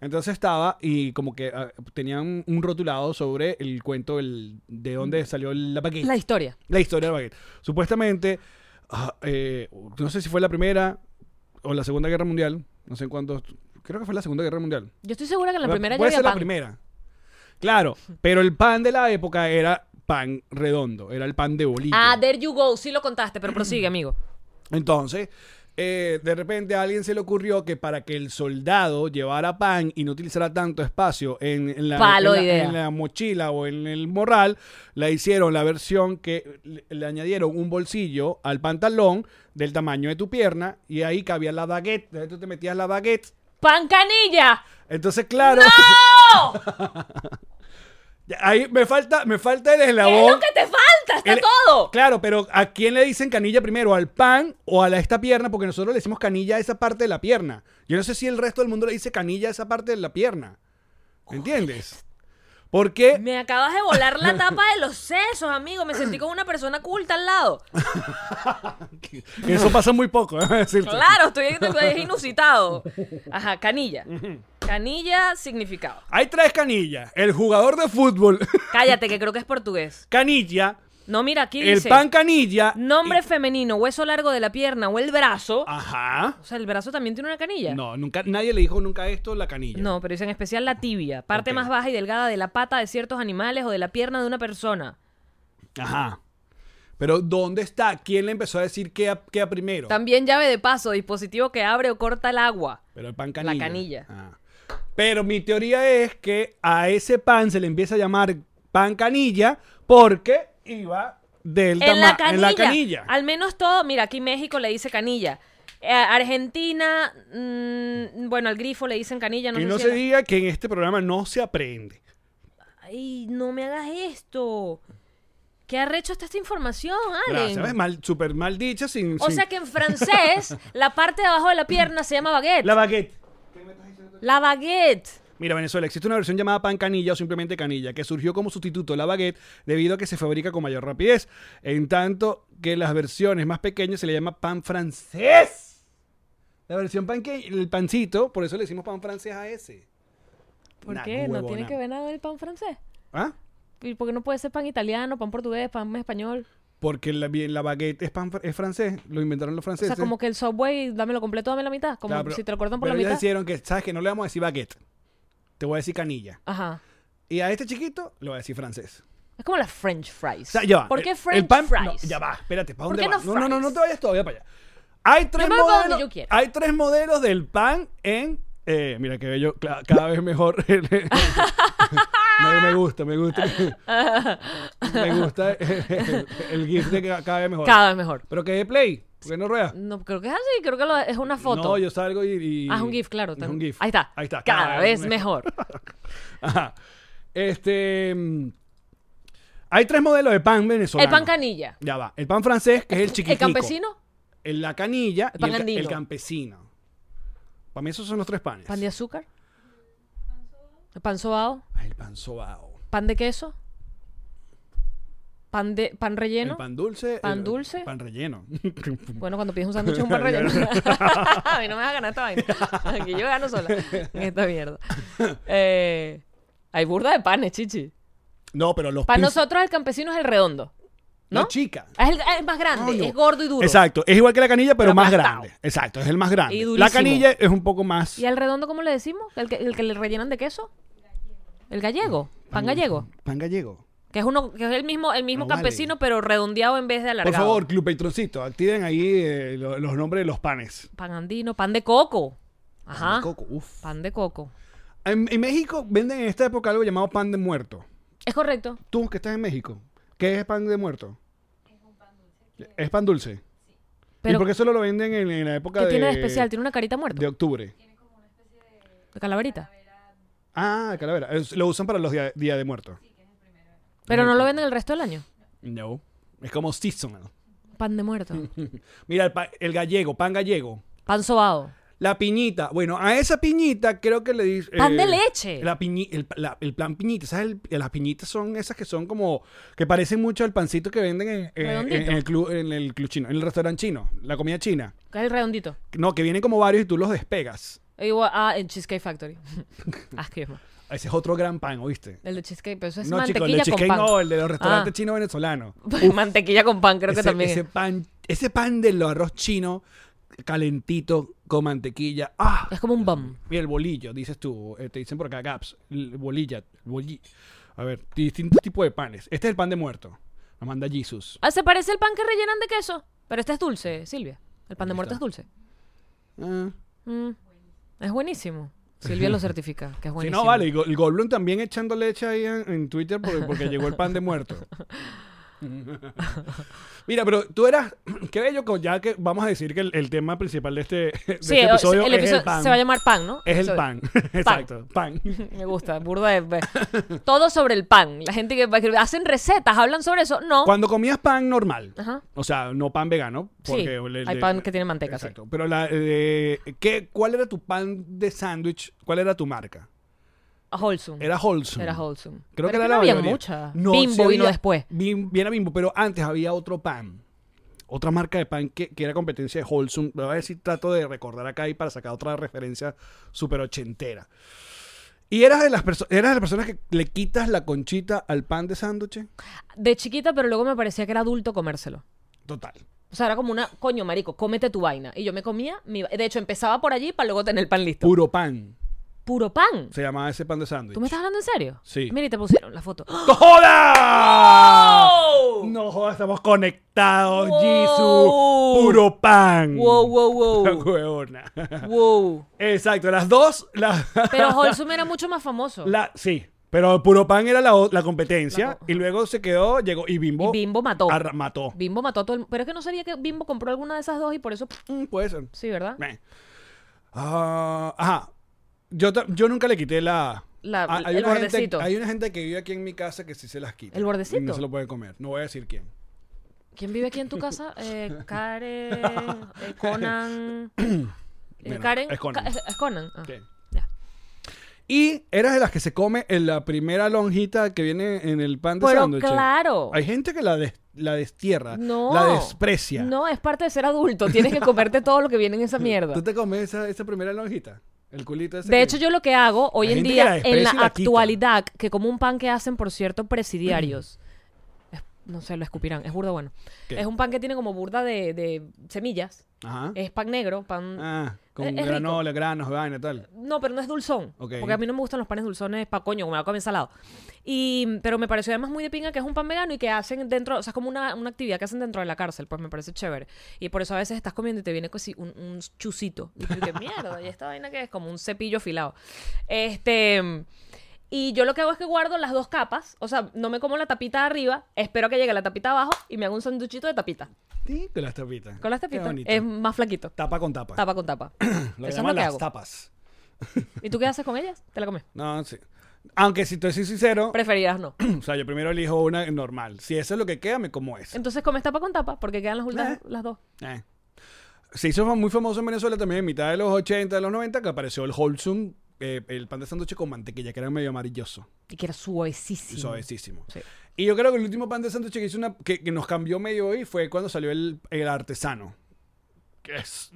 Entonces estaba y como que ah, tenían un rotulado sobre el cuento el- de dónde salió la baguette.
Mm. La historia.
La historia de la baguette. Supuestamente, ah, eh, no sé si fue la primera o la Segunda Guerra Mundial, no sé en cuántos, creo que fue la Segunda Guerra Mundial.
Yo estoy segura que en la primera ya
Puede
había
ser la
pan.
primera. Claro, pero el pan de la época era pan redondo, era el pan de bolillo.
Ah, there you go. Sí lo contaste, pero prosigue, amigo.
Entonces, eh, de repente a alguien se le ocurrió que para que el soldado llevara pan y no utilizara tanto espacio en, en la,
Palo
en la-
idea.
en la mochila o en el morral, la hicieron la versión que le, le añadieron un bolsillo al pantalón del tamaño de tu pierna y ahí cabía la baguette. Entonces tú te metías la baguette.
¡Pan canilla!
Entonces, claro,
¡No!
ahí me falta, me falta el
¿Qué es lo
eslabón.
que te falta? ¡Está
El-
todo!
Claro, pero ¿a quién le dicen canilla primero? ¿Al pan o a la, esta pierna? Porque nosotros le decimos canilla a esa parte de la pierna. Yo no sé si el resto del mundo le dice canilla a esa parte de la pierna. ¿Me entiendes? Porque
Me acabas de volar la tapa de los sesos, amigo. Me sentí como una persona culta al lado.
eso pasa muy poco, déjame decirte.
Claro, estoy, es inusitado. Ajá, canilla. Canilla significado.
Hay tres canillas. El jugador de fútbol
Cállate, que creo que es portugués.
canilla,
No, mira, aquí
el
dice...
pan canilla.
Nombre
y-
femenino, hueso largo de la pierna o el brazo.
Ajá.
O sea, el brazo también tiene una canilla.
No, nunca, nadie le dijo nunca esto la canilla.
No, pero dice en especial la tibia, parte
Ok.
más baja y delgada de la pata de ciertos animales o de la pierna de una persona.
Ajá. Pero ¿dónde está? ¿Quién le empezó a decir qué a- qué a primero?
También llave de paso, dispositivo que abre o corta el agua.
Pero el pan canilla.
canilla.
Ah. Pero mi teoría es que a ese pan se le empieza a llamar pan canilla porque iba del
En
tama-
la, canilla,
en la canilla.
Al menos todo, mira, aquí México le dice canilla. Eh, Argentina, mm, bueno, al grifo le dicen canilla, no
que
sé
no
si
se
a la-
diga que en este programa no se aprende.
Ay, no me hagas esto. ¿Qué arrecho está esta información, Allen?
Gracias. ¿ves? Mal, super mal dicha sin.
O
sin-
sea que en francés, la parte de abajo de la pierna se llama baguette.
La
La,
baguette.
baguette.
Mira, Venezuela, existe una versión llamada pan canilla o simplemente canilla, que surgió como sustituto a la baguette debido a que se fabrica con mayor rapidez. En tanto que las versiones más pequeñas se le llama pan francés. La versión pan que- el pancito, por eso le decimos pan francés a ese.
¿Por
Una
qué? ¿No tiene
huevona.
que ver nada del pan francés?
¿Ah?
¿Y por qué no puede ser pan italiano, pan portugués, pan español?
Porque la, bien, la baguette es, pan, fr- es francés, lo inventaron los
O
franceses.
sea, como que el Subway, dámelo completo, dame la mitad. Como
Claro, pero-
si te lo cortan por la
pero
mitad.
ellos decidieron que, ¿sabes que No le vamos a decir baguette. Te voy a decir canilla.
Ajá.
Y a este chiquito le voy a decir francés.
Es como las French fries.
O sea, ya va. eh,
¿Por qué
El-
French
el pan, no,
fries?
ya va, espérate, ¿para
¿Por
dónde
qué
va?
no
No, no, no,
fries?
no te vayas todavía para allá. Hay tres
me voy para donde
modelos.
yo quiera.
Hay tres modelos del pan en. eh, mira qué bello, cla- cada vez mejor. me, me gusta, me gusta. me gusta el, el gif de ca- cada vez mejor.
Cada vez mejor.
Pero que de play, porque no rueda.
No, creo que es así, creo que lo- es una foto.
No, yo salgo y. y-
Ah, es un GIF, claro.
Es
tan-
un GIF.
Ahí está.
Ahí está.
Cada, vez mejor.
Ajá. Este. mm, Hay tres modelos de pan venezolano.
El pan canilla.
Ya va. El pan francés, que es el chiquitico.
El campesino.
El la canilla y
El pan
el, ca-
andino.
el campesino. Para mí esos son los tres panes.
Pan de azúcar. El pan sobao.
Ah, el pan sobao.
Pan de queso. Pan, de, pan relleno.
El pan dulce.
¿Pan
el-
dulce?
Pan relleno.
Bueno, cuando pides un sándwich es un pan relleno. a mí no me vas a ganar esta vaina. Aquí yo gano sola en esta mierda. Eh, hay burda de panes, chichi.
no, pero los
Para
pis-
nosotros el campesino es el redondo.
No,
¿no?
chica.
Es, el, es más grande,
Coño.
es gordo y duro.
Exacto. Es igual que la canilla, pero,
Pero
más
aplastado.
grande. Exacto. Es el más grande.
Y
la
durísimo.
canilla es un poco más.
¿Y al redondo cómo le decimos? ¿El que, el que le rellenan de queso? El gallego. Pan gallego.
Pan gallego.
Que es uno, que es el mismo, el mismo
No vale.
campesino, pero redondeado en vez de alargado.
Por favor, Club Patroncito, activen ahí eh, lo- los nombres de los panes.
Pan andino, pan de coco. Ajá.
De coco, uf.
Pan de coco.
En, en México venden en esta época algo llamado pan de muerto.
Es correcto.
Tú que estás en México, ¿qué es pan de muerto? Es pan dulce. ¿Y
Pero,
por qué solo lo venden en, en la época
¿qué
de,
tiene de especial? Tiene una carita muerta.
de octubre?
De calaverita.
Ah, calavera. Es- lo usan para los días día de muertos.
Pero no lo venden el resto del año.
No. Es como seasonal.
Pan de muerto.
Mira, el, pa- el gallego, pan gallego.
Pan sobado.
La piñita. Bueno, a esa piñita creo que le dice. eh,
Pan de leche.
La piñi- el, la- el plan piñita. ¿Sabes? El- las piñitas son esas que son como. que parecen mucho al pancito que venden en, en- en- en el club, en el club chino, en el restaurante chino, la comida china.
Que es el redondito.
No, que vienen como varios y tú los despegas.
Igual, ah, en Cheesecake Factory. Ah, Asqueroso.
Ese es otro gran pan, ¿oíste?
El de Cheesecake, pero eso es
No, chicos, el
mantequilla
de
con
cheesecake
pan.
no, el de los restaurantes
Ah.
chinos venezolanos.
mantequilla con pan, creo
ese,
que también.
ese
es.
pan, ese pan del arroz chino, calentito, con mantequilla. ¡Ah!
Es como un bum.
Y el bolillo, dices tú. eh, te dicen por acá, gaps. el Bolilla. bolli- A ver, distintos tipos de panes. Este es el pan de muerto. Lo manda Jesus.
Ah, se parece el pan que rellenan de queso. Pero este es dulce, Silvia. El pan de muerto es dulce.
Ah.
Mm. Es buenísimo. Silvia lo certifica, que es
Si
buenísimo.
no, vale. y Go- El Goldblum también echando leche ahí en, en Twitter porque, porque llegó el pan de muerto. Mira, pero tú eras. Qué bello, que ya que vamos a decir que el, el tema principal de este, de
Sí,
este
o-
episodio,
el
es
episodio
el pan.
se va a llamar pan, ¿no?
Es el
Episodio.
pan. Exacto, pan.
Me gusta, burda de... Todo sobre el pan. La gente que va a escribir, hacen recetas, hablan sobre eso. No.
Cuando comías pan normal,
Ajá.
o sea, no pan vegano,
Sí,
porque el-
hay
el-
pan que tiene manteca, sí.
Exacto. Pero la, eh, ¿qué, ¿cuál era tu pan de sándwich? ¿Cuál era tu marca?
Wholesome.
Era Wholesome.
Mm. Era wholesome.
Creo
Pero
que
es
era
no
la
había
mayoría.
mucha.
No, sí
Bimbo
había-
vino después.
Bim- Viene Bimbo, pero antes había otro pan. Otra marca de pan que, que era competencia de Wholesome. Voy a ver si trato de recordar acá y para sacar otra referencia súper ochentera. ¿Y eras de, las perso- eras de las personas que le quitas la conchita al pan de sándwich?
De chiquita, pero luego me parecía que era adulto comérselo.
Total.
O sea, era como una, coño, marico, cómete tu vaina. Y yo me comía, mi... de hecho, empezaba por allí para luego tener el pan listo.
Puro pan.
Puro pan.
Se llamaba ese pan de sándwich.
¿Tú me estás hablando en serio?
Sí.
Mira, y te pusieron la foto.
¡No joda! No joda, estamos conectados,
Wow.
Jisoo. Puro pan.
Wow, wow, wow.
Huevona.
wow.
Exacto, las dos. las-
Pero Wholesome era mucho más famoso.
la- sí, pero Puro Pan era la, o- la competencia.
La co-
y luego se quedó, llegó. Y Bimbo.
Y Bimbo mató.
arra- mató.
Bimbo mató a todo el Pero es que no sabía que Bimbo compró alguna de esas dos y por eso.
Mm, puede ser.
Sí, ¿verdad?
Meh. Ah, ajá. Yo, ta- yo nunca le quité la.
La-
Ah,
el
una gente-
bordecito.
hay una gente que vive aquí en mi casa que sí se las quita.
¿El bordecito?
Y No se lo puede comer. No voy a decir quién.
¿Quién vive aquí en tu casa? Eh, Karen. eh, Conan. eh,
Bueno,
Karen.
es Conan.
Ca- es Conan. Ah,
Sí.
ya.
Y eras de las que se come en la primera lonjita que viene en el pan de
Pero
sándwich.
claro.
Hay gente que la, des- la destierra,
No.
la desprecia.
No, es parte de ser adulto. Tienes que comerte todo lo que viene en esa mierda.
¿Tú te comes esa, esa primera lonjita? El culito ese.
De
que-
hecho, yo lo que hago hoy
Hay
en
gente que
día,
la
en la
desprecia y la quita.
actualidad, que como un pan que hacen, por cierto, presidiarios. Es- no sé, lo escupirán. Es burda bueno.
¿Qué?
Es un pan que tiene como burda de, de semillas.
Ajá.
Es pan negro, pan...
Ah, con
eh, Es- es rico.
granola, granos, vaina, tal.
No, pero no es dulzón.
Ok.
Porque a mí no me gustan los panes dulzones pa' coño, como me va a comer salado. Y, pero me pareció además muy de pinga que es un pan vegano y que hacen dentro, o sea, es como una, una actividad que hacen dentro de la cárcel, pues me parece chévere. Y por eso a veces estás comiendo y te viene casi un, un chucito. Y tú, ¿qué mierda? ¿Y esta vaina que es? Como un cepillo afilado. Este... Y yo lo que hago es que guardo las dos capas, o sea, no me como la tapita de arriba, espero que llegue la tapita de abajo y me hago un sanduchito de tapita.
Sí, con las tapitas.
Con las
Qué
tapitas
bonito.
es más flaquito.
Tapa con tapa.
Tapa con tapa.
Lo
Eso es
llaman
lo que
las
hago.
tapas.
¿Y tú qué haces con ellas? ¿Te la comes?
No, sí. Aunque si te soy sincero,
Preferidas no.
o sea, yo primero elijo una normal. Si eso es lo que queda, me como esa.
Entonces comes tapa con tapa porque quedan las, últimas- las dos.
Eh. Se hizo muy famoso en Venezuela también en mitad de los 80, de los 90, que apareció el Wholesome, eh, el pan de sándwich con mantequilla, que era medio amarilloso,
Y que era suavecísimo.
suavecísimo.
Sí.
Y yo creo que el último pan de sándwich que, hizo una- que, que nos cambió medio hoy fue cuando salió el, el artesano. Que es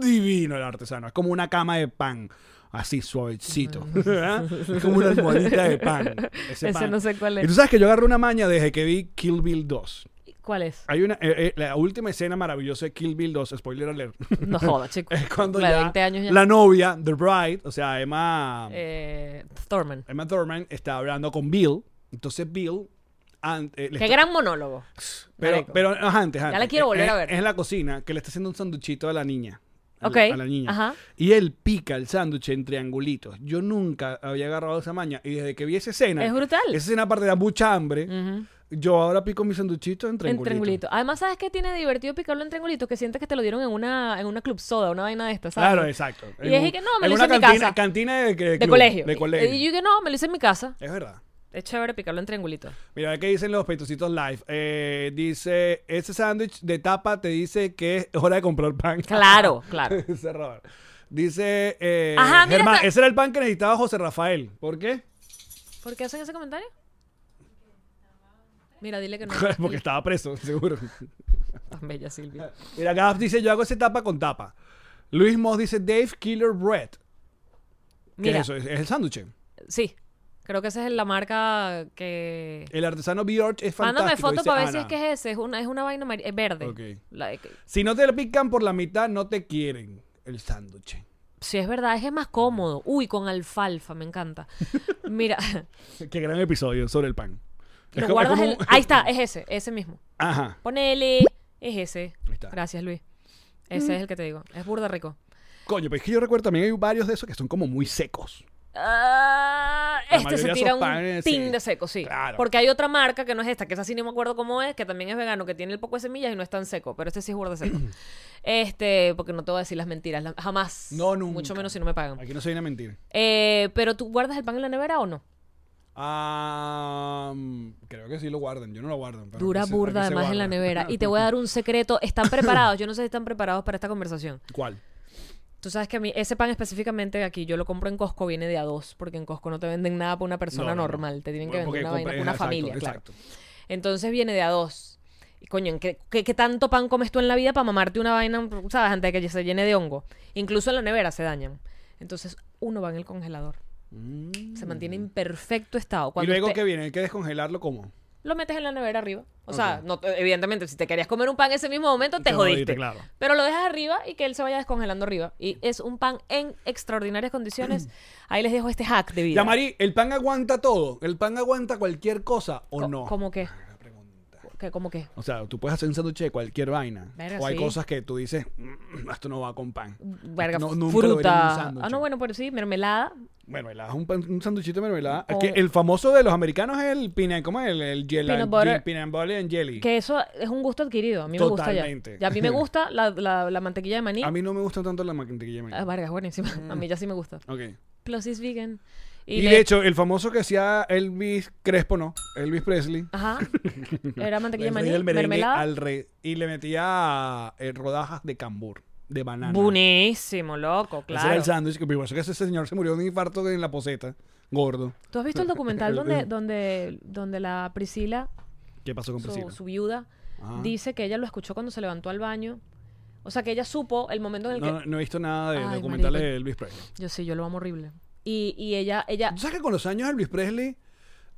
divino el artesano. Es como una cama de pan. Así suavecito. ¿verdad? es como una almohadita de pan. Ese,
Mm. Ese
pan.
no sé cuál
Y tú
es.
sabes que yo agarré una maña desde que vi Kill Bill 2.
¿Cuál es?
Hay una, eh, eh, la última escena maravillosa de Kill Bill 2, spoiler alert.
No jodas, chicos.
Es cuando
la de
ya
20 años ya.
la novia, The Bride, o sea, Emma,
Eh, Thurman.
Emma Thurman, está hablando con Bill. Entonces Bill... an- eh, le
Qué
está-
gran monólogo.
pero,
marico.
pero ajá, antes, antes.
la quiero
Eh,
volver a
eh,
ver.
Es en la cocina que le está haciendo un sanduchito a la niña. A la-
Ok,
A la niña.
ajá.
Y él pica el sándwich en triangulitos. Yo nunca había agarrado esa maña. Y desde que vi esa escena.
Es brutal.
Esa escena, aparte, da mucha hambre. Yo ahora pico mi sanduchito en
En
triangulitos.
triangulito. Además, ¿sabes qué tiene de divertido picarlo en triangulito? Que sientes que te lo dieron en una, en una club soda, una vaina de estas, ¿sabes?
Claro, exacto.
Y
En
dije
un-
que no, me
en
lo
una
hice en mi
cantina,
casa.
cantina de, de
De
club,
colegio.
de colegio.
Y yo que no, me lo hice en mi casa.
Es verdad.
Es chévere picarlo en triangulito.
Mira, ¿qué dicen los peitocitos live? Eh, dice, ese sándwich de tapa te dice que es hora de comprar pan.
Claro, claro.
Ese error. Dice, eh,
Ajá, mira
Germán,
esta-
ese era el pan que necesitaba José Rafael. ¿Por qué?
¿Por qué hacen ese comentario? Mira, dile que no.
Porque estaba preso, seguro.
Tan bella,
Ah,
Silvia.
Mira, Gaff dice, yo hago ese tapa con tapa. Luis Moss dice, Dave Killer Bread. ¿Qué
Mira.
es eso? ¿Es, es el sándwich.
Sí, creo que esa es la marca que...
El artesano Bjork es fantástico.
Mándame foto
dice
para ver si
Ana.
es que es ese. Es una, es una vaina amar- eh, verde.
Ok.
La- eh,
Si no te lo pican por la mitad, no te quieren el sándwich.
sí, es verdad, es que es más cómodo. Uy, con alfalfa, me encanta. Mira,
Qué gran episodio sobre el pan. Es
lo
co- es
guardas
como
el-
un-
Ahí está, es ese, ese mismo.
Ajá.
Ponele, es ese.
Ahí está.
Gracias, Luis. Ese es el que te digo. Es burda rico.
Coño, pero es que yo recuerdo también hay varios de esos que son como muy secos.
Ah,
La
este se
mayoría
tira
son
un
panes,
tin
sí.
de seco, sí.
Claro.
Porque hay otra marca que no es esta, que esa sí no me acuerdo cómo es, que también es vegano, que tiene el poco de semillas y no es tan seco, pero este sí es burda seco. este, porque no te voy a decir las mentiras, la- jamás.
No, nunca.
Mucho menos si no me pagan.
Aquí no se viene a mentir.
Eh, pero tú guardas el pan en la nevera o no?
Ah, creo que sí lo guardan. Yo no lo guardan. pero
Dura
aquí se-
burda
aquí se
además en la
guarda.
nevera. Y te voy a dar un secreto. Están preparados. Yo no sé si están preparados para esta conversación.
¿Cuál?
Tú sabes que a mí ese pan específicamente aquí yo lo compro en Costco viene de a dos porque en Costco no te venden nada para una persona
No, no, no.
normal. Te tienen que
Bueno,
vender
porque
una, vaina
compra-
para una
exacto,
familia, claro.
exacto.
Entonces viene de a dos. Y coño, ¿en qué, qué- qué tanto pan comes tú en la vida para mamarte una vaina, sabes, antes de que se llene de hongo? Incluso en la nevera se dañan. Entonces uno va en el congelador. Se mantiene en perfecto estado.
Mm. Y
Cuando
luego
usted-
que viene, hay que descongelarlo como.
lo metes en la nevera arriba. O sea, no te- evidentemente, si te querías comer un pan ese mismo momento, te,
Te
jodiste.
jodiste, claro.
Pero lo dejas arriba y que él se vaya descongelando arriba. Y es un pan en extraordinarias condiciones. Ahí les dejo este hack de vida.
Ya, Mari, ¿el pan aguanta todo? ¿El pan aguanta cualquier cosa o
Co-
no?
¿Cómo qué?
Buena pregunta.
¿Qué- ¿Cómo qué?
O sea, tú puedes hacer un sándwich de cualquier vaina.
Verga,
o hay
sí.
cosas que tú dices, "Mm, esto no va con pan.
Verga,
No, nunca lo vería en un
fruta.
sándwich.
Ah, no, bueno, pero sí, mermelada.
Mermelada, un, pan- un sándwichito de mermelada.
O-
Que el famoso de los americanos es el peanut, ¿cómo es? El, el gel-
Peanut
el
butter.
peanut butter and jelly.
Que eso es un gusto adquirido. A mí me gusta ya.
Totalmente.
ya. A mí me gusta la, la- la mantequilla de maní.
A mí no me gusta tanto la mantequilla de maní.
Ah, Vargas, buenísima. A mí ya sí me gusta.
Ok.
Plus is vegan.
Y,
Ah, le-
de hecho, el famoso que hacía Elvis Crespo, no, Elvis Presley.
Ajá. Era mantequilla
le
de maní,
metía el merengue
mermelada.
al re- y le metía eh, rodajas de cambur, de banana.
Buenísimo, loco,
Ese era
claro.
el sándwich que por eso que ese señor se murió de un infarto en la poseta, gordo.
¿Tú has visto el documental
El-
donde,
el-
donde, donde la Priscila,
¿Qué pasó con
su-
Priscila?
Su, viuda,
Ajá.
dice que ella lo escuchó cuando se levantó al baño? O sea, que ella supo el momento en el
No,
que...
no, no he visto nada de
Ay,
documentales
marico.
de Elvis Presley.
Yo sí, yo lo amo horrible. Y, y ella, ella...
¿Tú sabes que con los años Elvis Presley,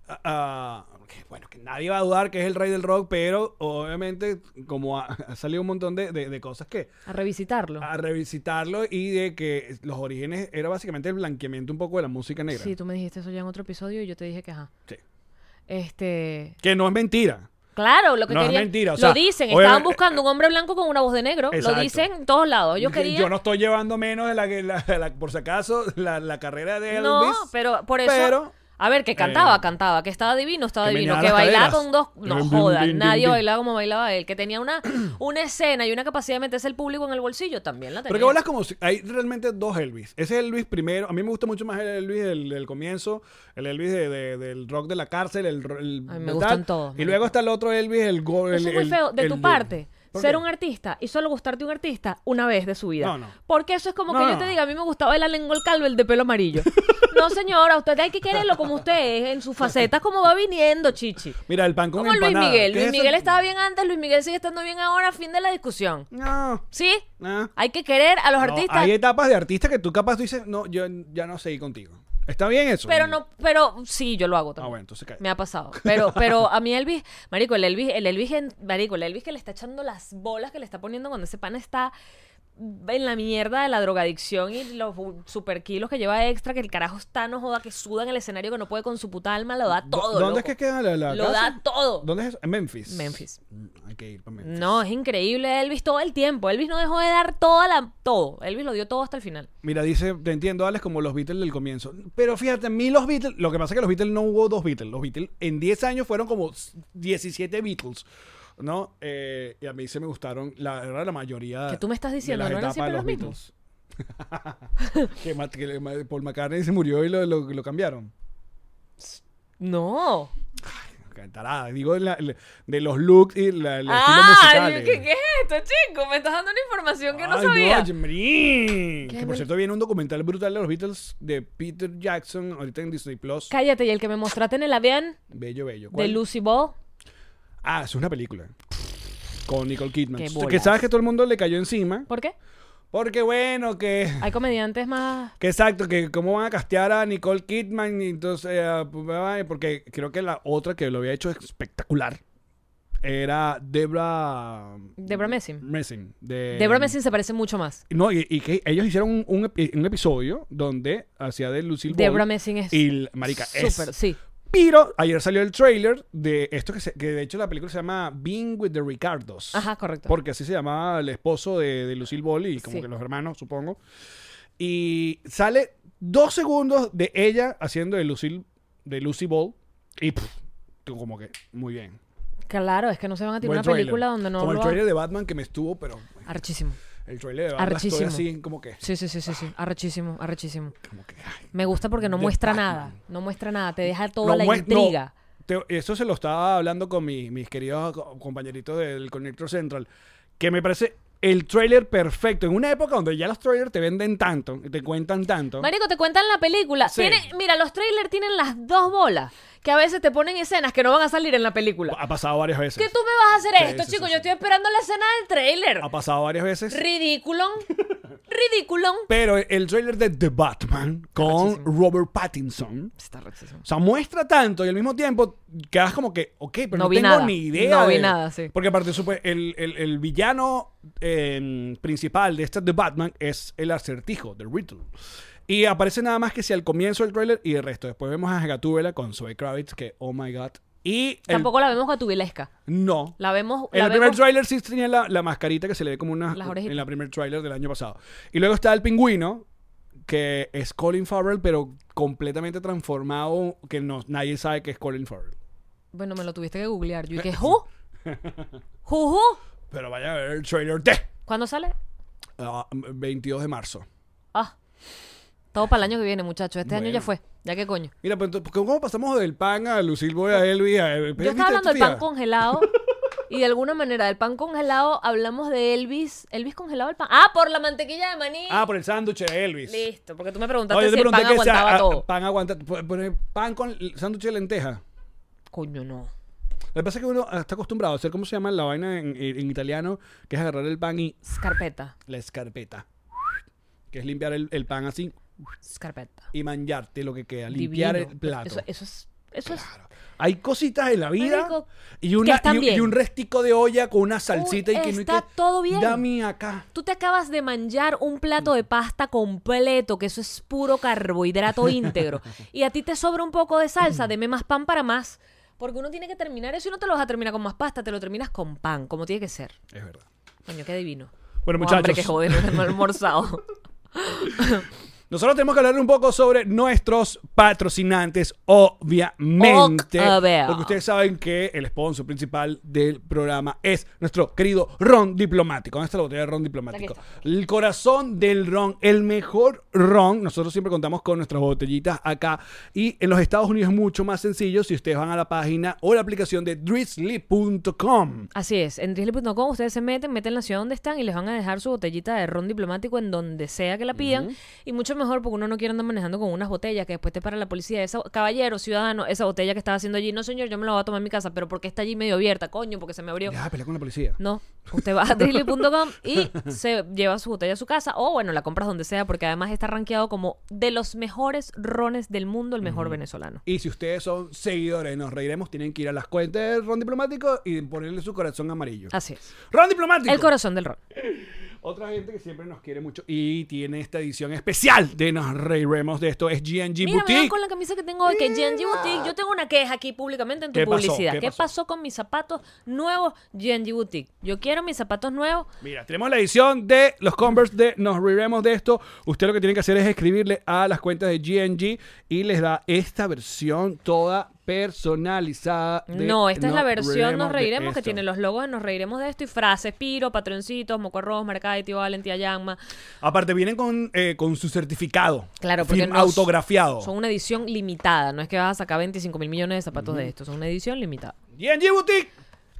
ah, ah, que, bueno, que nadie va a dudar que es el rey del rock, pero obviamente como ha, ha salido un montón de, de- de cosas que
A revisitarlo.
a revisitarlo y de que los orígenes era básicamente el blanqueamiento un poco de la música negra.
Sí, tú me dijiste eso ya en otro episodio y yo te dije que ajá.
Sí.
Este...
Que no es mentira.
Claro, lo que
No, es
querían...
mentira, o
lo
sea,
dicen,
obviamente-
estaban buscando un hombre blanco con una voz de negro. Lo
Exacto.
dicen en todos lados. Ellos querían...
Yo no estoy llevando menos de la que la- la- por si acaso la, la carrera de Elvis.
No, pero por eso.
pero-
a ver, que cantaba,
Eh,
cantaba, que estaba divino, estaba
que me
divino,
meneaba las
que bailaba
caderas.
con dos. No
Din, din,
joda,
din, din,
nadie
din.
bailaba como bailaba él, que tenía una, una escena y una capacidad de meterse el público en el bolsillo, también la tenía.
Pero que hablas como si- hay realmente dos Elvis. Ese Elvis primero, a mí me gusta mucho más el Elvis del, del comienzo, el Elvis de- de- del rock de la cárcel, el, ro- el-
Ay, me
el
gustan todos,
Y luego
marico.
está el otro Elvis, el go, el,
Eso es muy
el-
feo de
el
tu
de-
parte.
¿Por
Ser
qué?
un artista y solo gustarte un artista una vez de su vida.
No, no.
Porque eso es como
No,
que yo
no.
te diga, a mí me gustaba el Allen Calvo, el de pelo amarillo. no, señora, usted hay que quererlo como usted es, en sus facetas, como va viniendo, chichi.
Mira, el pan con
Como Luis
empanada.
Miguel.
¿Qué
Luis
es
Miguel
eso?
estaba bien antes, Luis Miguel sigue estando bien ahora, fin de la discusión.
No.
¿Sí?
Ah.
Hay que querer a los
No,
artistas.
Hay etapas de artistas que tú capaz tú dices, no, yo ya no seguí contigo. Está bien eso.
Pero no, pero sí, yo lo hago
Ah,
también.
bueno, entonces cae.
Me ha pasado. Pero, pero a mí Elvis, marico, el Elvis, el Elvis, en- marico, el Elvis que le está echando las bolas que le está poniendo cuando ese pana está en la mierda de la drogadicción y los bu- superkilos que lleva extra, que el carajo está, no joda, que suda en el escenario, que no puede con su puta alma, lo da
¿Dó-
todo.
¿Dónde
loco.
es que queda la, la
Lo
casa?
da todo.
¿Dónde es eso? En Memphis.
Memphis.
Mm, Hay que ir para Memphis.
No, es increíble Elvis todo el tiempo. Elvis no dejó de dar toda la, todo. Elvis lo dio todo hasta el final.
Mira, dice, te entiendo, Alex, como los Beatles del comienzo. Pero fíjate, a mí los Beatles, lo que pasa es que los Beatles no hubo dos Beatles. Los Beatles en 10 años fueron como 17 Beatles, ¿no? Eh, y a mí se me gustaron, la verdad, la mayoría.
Que tú me estás diciendo,
de
¿no
las
eran
etapas de
siempre los
Beatles. que, Matt- que le- Paul McCartney se murió y lo, lo- lo cambiaron.
No.
Cantará, digo, la- la- de los looks y la, el estilo
Ah,
musical. eh.
¿qué, qué es esto, chico? Me estás dando una información que no
Ay,
sabía.
oye, marín.
¿Qué
que
mal-
por cierto viene un documental brutal de los Beatles de Peter Jackson ahorita en Disney Plus.
Cállate, y el que me mostraste en el avión
Bello, bello.
de
¿Cuál?
Lucy Ball.
Ah, es una película. Con Nicole Kidman.
Qué
que
bolas.
sabes que todo el mundo le cayó encima
¿Por qué?
Porque bueno, que...
Hay comediantes más.
Que exacto, que cómo van a castear a Nicole Kidman y entonces... eh, pues, ay, porque creo que la otra que lo había hecho espectacular era Debra...
Debra Messing.
Messing. de-
Debra Messing se parece mucho más.
No, y, y que ellos hicieron un, un epi- un episodio donde hacía de Lucille Ball.
Debra Messing es.
Y l- marica, es
Súper, sí.
Pero ayer salió el trailer de esto que, se- que de hecho la película se llama Being with the Ricardos.
Ajá, correcto.
Porque así se llamaba el esposo de, de Lucille Ball y como
Sí.
que los hermanos, supongo. Y sale dos segundos de ella haciendo de Lucille, de Lucy Ball. Y pff, tú como que, muy bien.
Claro, es que no se van a tirar
Buen
una
trailer.
película donde no
Como el
lo
trailer de Batman que me estuvo, pero
Arrechísimo.
el trailer de Batman estoy
Arrechísimo.
así como que,
Sí, sí, sí, sí, sí. Arrechísimo, arrechísimo.
como que, ay,
Me gusta porque no
De
muestra
Batman.
nada. No muestra nada. Te deja toda
Lo
la
mue- no,
intriga.
te- eso se lo estaba hablando con mi- mis queridos co- compañeritos del Connector Central, que me parece el trailer perfecto. En una época donde ya los trailers te venden tanto y te cuentan tanto.
Marico, te cuentan la película.
Sí.
Tiene- mira, los trailers tienen las dos bolas. Que a veces te ponen escenas que no van a salir en la película.
ha pasado varias veces.
¿Qué tú me vas a hacer
Ah, Sí,
esto,
sí,
chico?
sí, sí.
Yo estoy esperando la escena del trailer.
Ha pasado varias veces.
Ridículo. Ridículo.
Pero el trailer de The Batman con Robert Pattinson.
Está arrechísimo.
O sea, muestra tanto y al mismo tiempo quedas como que, ok, pero no,
No vi
tengo
nada.
ni idea.
No vi
de-
nada, sí.
Porque aparte, supe- el, el- el villano eh, principal de esta de Batman es el acertijo de Riddle. Y aparece nada más que si al comienzo del trailer y el resto. Después vemos a Gatúbela con Zoe Kravitz, que oh my god. Y. el-
Tampoco la vemos gatubilesca.
No.
La vemos.
En
la
el primer
vemos-
trailer sí tenía la, la mascarita que se le ve como una.
Las orejitas.
En la primer trailer del año pasado. Y luego está el pingüino, que es Colin Farrell, pero completamente transformado, que no, nadie sabe que es Colin Farrell.
Bueno, me lo tuviste que googlear. Yo dije, ¿who? ¿Who, who?
Pero vaya a ver el trailer de.
¿Cuándo sale?
ah, 22 de marzo.
Ah. Todo para el año que viene, muchachos. Este año
Bueno.
ya fue. ¿Ya qué coño?
Mira, pues, entonces, ¿cómo pasamos del pan a Lucille Boy a Elvis? a-
Yo estaba hablando del pan congelado. Y de alguna manera, del pan congelado, hablamos de Elvis. ¿Elvis congelado el pan? Ah, por la mantequilla de maní.
Ah, por el sándwich de Elvis.
Listo, porque tú me
No,
preguntaste
yo
si
te
el
pregunté
pan
que sea,
aguantaba
ah,
todo.
pan aguanta, pon- poner pan con el sándwich de lenteja.
Coño, no.
Lo que pasa es que uno está acostumbrado a hacer, ¿cómo se llama la vaina en, en- en italiano? Que es agarrar el pan y
Scarpeta.
la escarpeta. Que es limpiar el, el pan así
Scarpeta.
y mancharte lo que queda. Limpiar
Divino.
el plato.
Eso, eso es. Eso es
Hay cositas en la vida
Marico,
y, una,
que están
y, y
bien.
un restico de olla con una salsita
Uy,
y que no hay
está
que-
todo bien.
Dame acá.
Tú te acabas de manchar un plato de pasta completo, que eso es puro carbohidrato íntegro. Y a ti te sobra un poco de
Mm.
salsa, deme más pan para más. Porque uno tiene que terminar eso y no te lo vas a terminar con más pasta, te lo terminas con pan, como tiene que ser.
Es verdad.
Coño, qué divino.
Bueno,
Oh, hambre,
muchachos.
que joder, no he almorzado.
Nosotros tenemos que hablar un poco sobre nuestros patrocinantes, obviamente.
Ok, a ver.
Porque ustedes saben que el sponsor principal del programa es nuestro querido ron diplomático. ¿Dónde está la botella de ron diplomático?
Aquí
El corazón del ron, el mejor ron. Nosotros siempre contamos con nuestras botellitas acá. Y en los Estados Unidos es mucho más sencillo si ustedes van a la página o la aplicación de drizzly.com.
Así es, en drizzly.com ustedes se meten, meten la ciudad donde están y les van a dejar su botellita de ron diplomático en donde sea que la pidan. Y mucho mejor porque uno no quiere andar manejando con unas botellas que después te para la policía. Esa, caballero, ciudadano, esa botella que estaba haciendo allí, no señor, yo me la voy a tomar en mi casa, pero porque está allí medio abierta, coño, porque se me abrió.
Ya, pelea con la policía.
No, usted va a drizzly.com y se lleva su botella a su casa o bueno, la compras donde sea porque además está rankeado como de los mejores rones del mundo, el mejor venezolano.
Y si ustedes son seguidores, de nos reiremos, tienen que ir a las cuentas de Ron Diplomático y ponerle su corazón amarillo.
Así es.
Ron Diplomático.
El corazón del ron.
Otra gente que siempre nos quiere mucho y tiene esta edición especial de Nos Reiremos de esto es GNG
Mira, me veo
Boutique.
con la camisa que tengo hoy, que G&G Boutique. Yo tengo una queja aquí públicamente en tu
¿Qué pasó?
publicidad.
¿Qué
¿Qué,
pasó?
pasó? con mis zapatos nuevos G&G Boutique? Yo quiero mis zapatos nuevos.
Mira, tenemos la edición de los Converse de Nos Reiremos de esto. Usted lo que tiene que hacer es escribirle a las cuentas de GNG y les da esta versión toda personalizada. de
No, esta es la
Nos
versión Nos
de
Reiremos que
esto.
tiene los logos de Nos Reiremos de esto y frases, piro, patroncitos, moco arroz, marcada tío Valen, tía Yangma.
Aparte, vienen con, eh, con su certificado.
Claro, porque
Firm-
no-
autografiado.
Son una edición limitada. No es que vas a sacar 25 mil millones de zapatos de estos. Son una edición limitada.
GNG Boutique.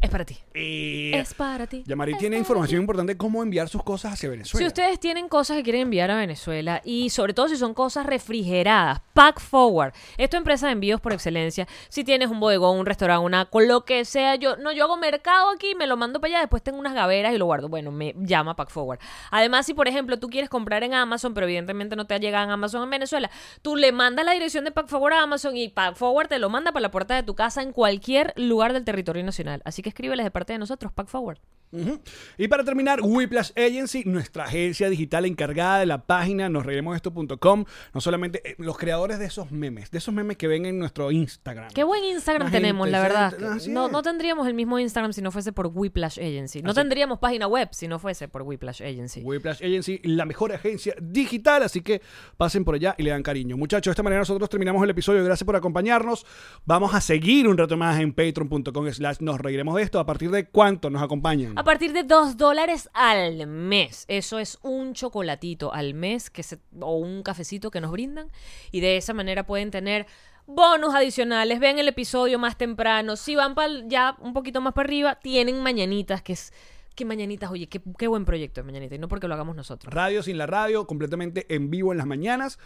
Es para ti.
Y-
Es para ti.
Yamari
Es
tiene
para
información importante de cómo enviar sus cosas hacia Venezuela.
Si ustedes tienen cosas que quieren enviar a Venezuela y sobre todo si son cosas refrigeradas, pack forward, esto es empresa de envíos por excelencia. Si tienes un bodegón, un restaurante, una con lo que sea, yo no yo hago mercado aquí, me lo mando para allá, después tengo unas gaveras y lo guardo. Bueno, me llama pack forward. Además, si por ejemplo tú quieres comprar en Amazon, pero evidentemente no te ha llegado en Amazon en Venezuela, tú le mandas la dirección de pack forward a Amazon y pack forward te lo manda para la puerta de tu casa en cualquier lugar del territorio nacional. Así que escríbeles de parte de nosotros, pack forward.
Ujú. Y para terminar, Whiplash Agency, nuestra agencia digital encargada de la página nosreiremosdeesto.com. No solamente eh, los creadores de esos memes, de esos memes que ven en nuestro Instagram.
Qué buen Instagram
La
tenemos,
gente,
la
esa
verdad.
gente- así
No,
es.
no tendríamos el mismo Instagram si no fuese por Whiplash Agency. No
Así.
tendríamos página web si no fuese por Whiplash Agency.
Whiplash Agency, la mejor agencia digital, así que pasen por allá y le dan cariño. Muchachos, de esta manera nosotros terminamos el episodio. Gracias por acompañarnos. Vamos a seguir un rato más en patreon.com slash nos reiremos de esto. ¿A partir de cuánto nos acompañan?
A partir de 2 dólares al mes. Eso es un chocolatito al mes que se, o un cafecito que nos brindan. Y de esa manera pueden tener bonos adicionales. Ven el episodio más temprano. Si van para ya un poquito más para arriba, tienen mañanitas, que es. Que mañanitas, oye, qué, qué buen proyecto de mañanitas. Y no porque lo hagamos nosotros.
Radio sin la radio, completamente en vivo en las mañanas.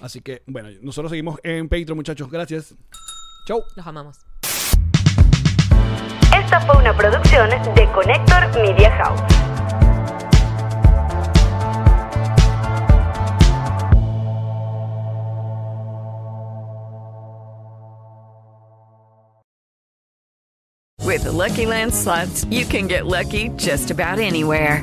Así que, bueno, nosotros seguimos en Patreon, muchachos. Gracias. Chau.
Los amamos.
Esta fue una producción de Connector Media House.
With the Lucky Land slots, you can get lucky just about anywhere.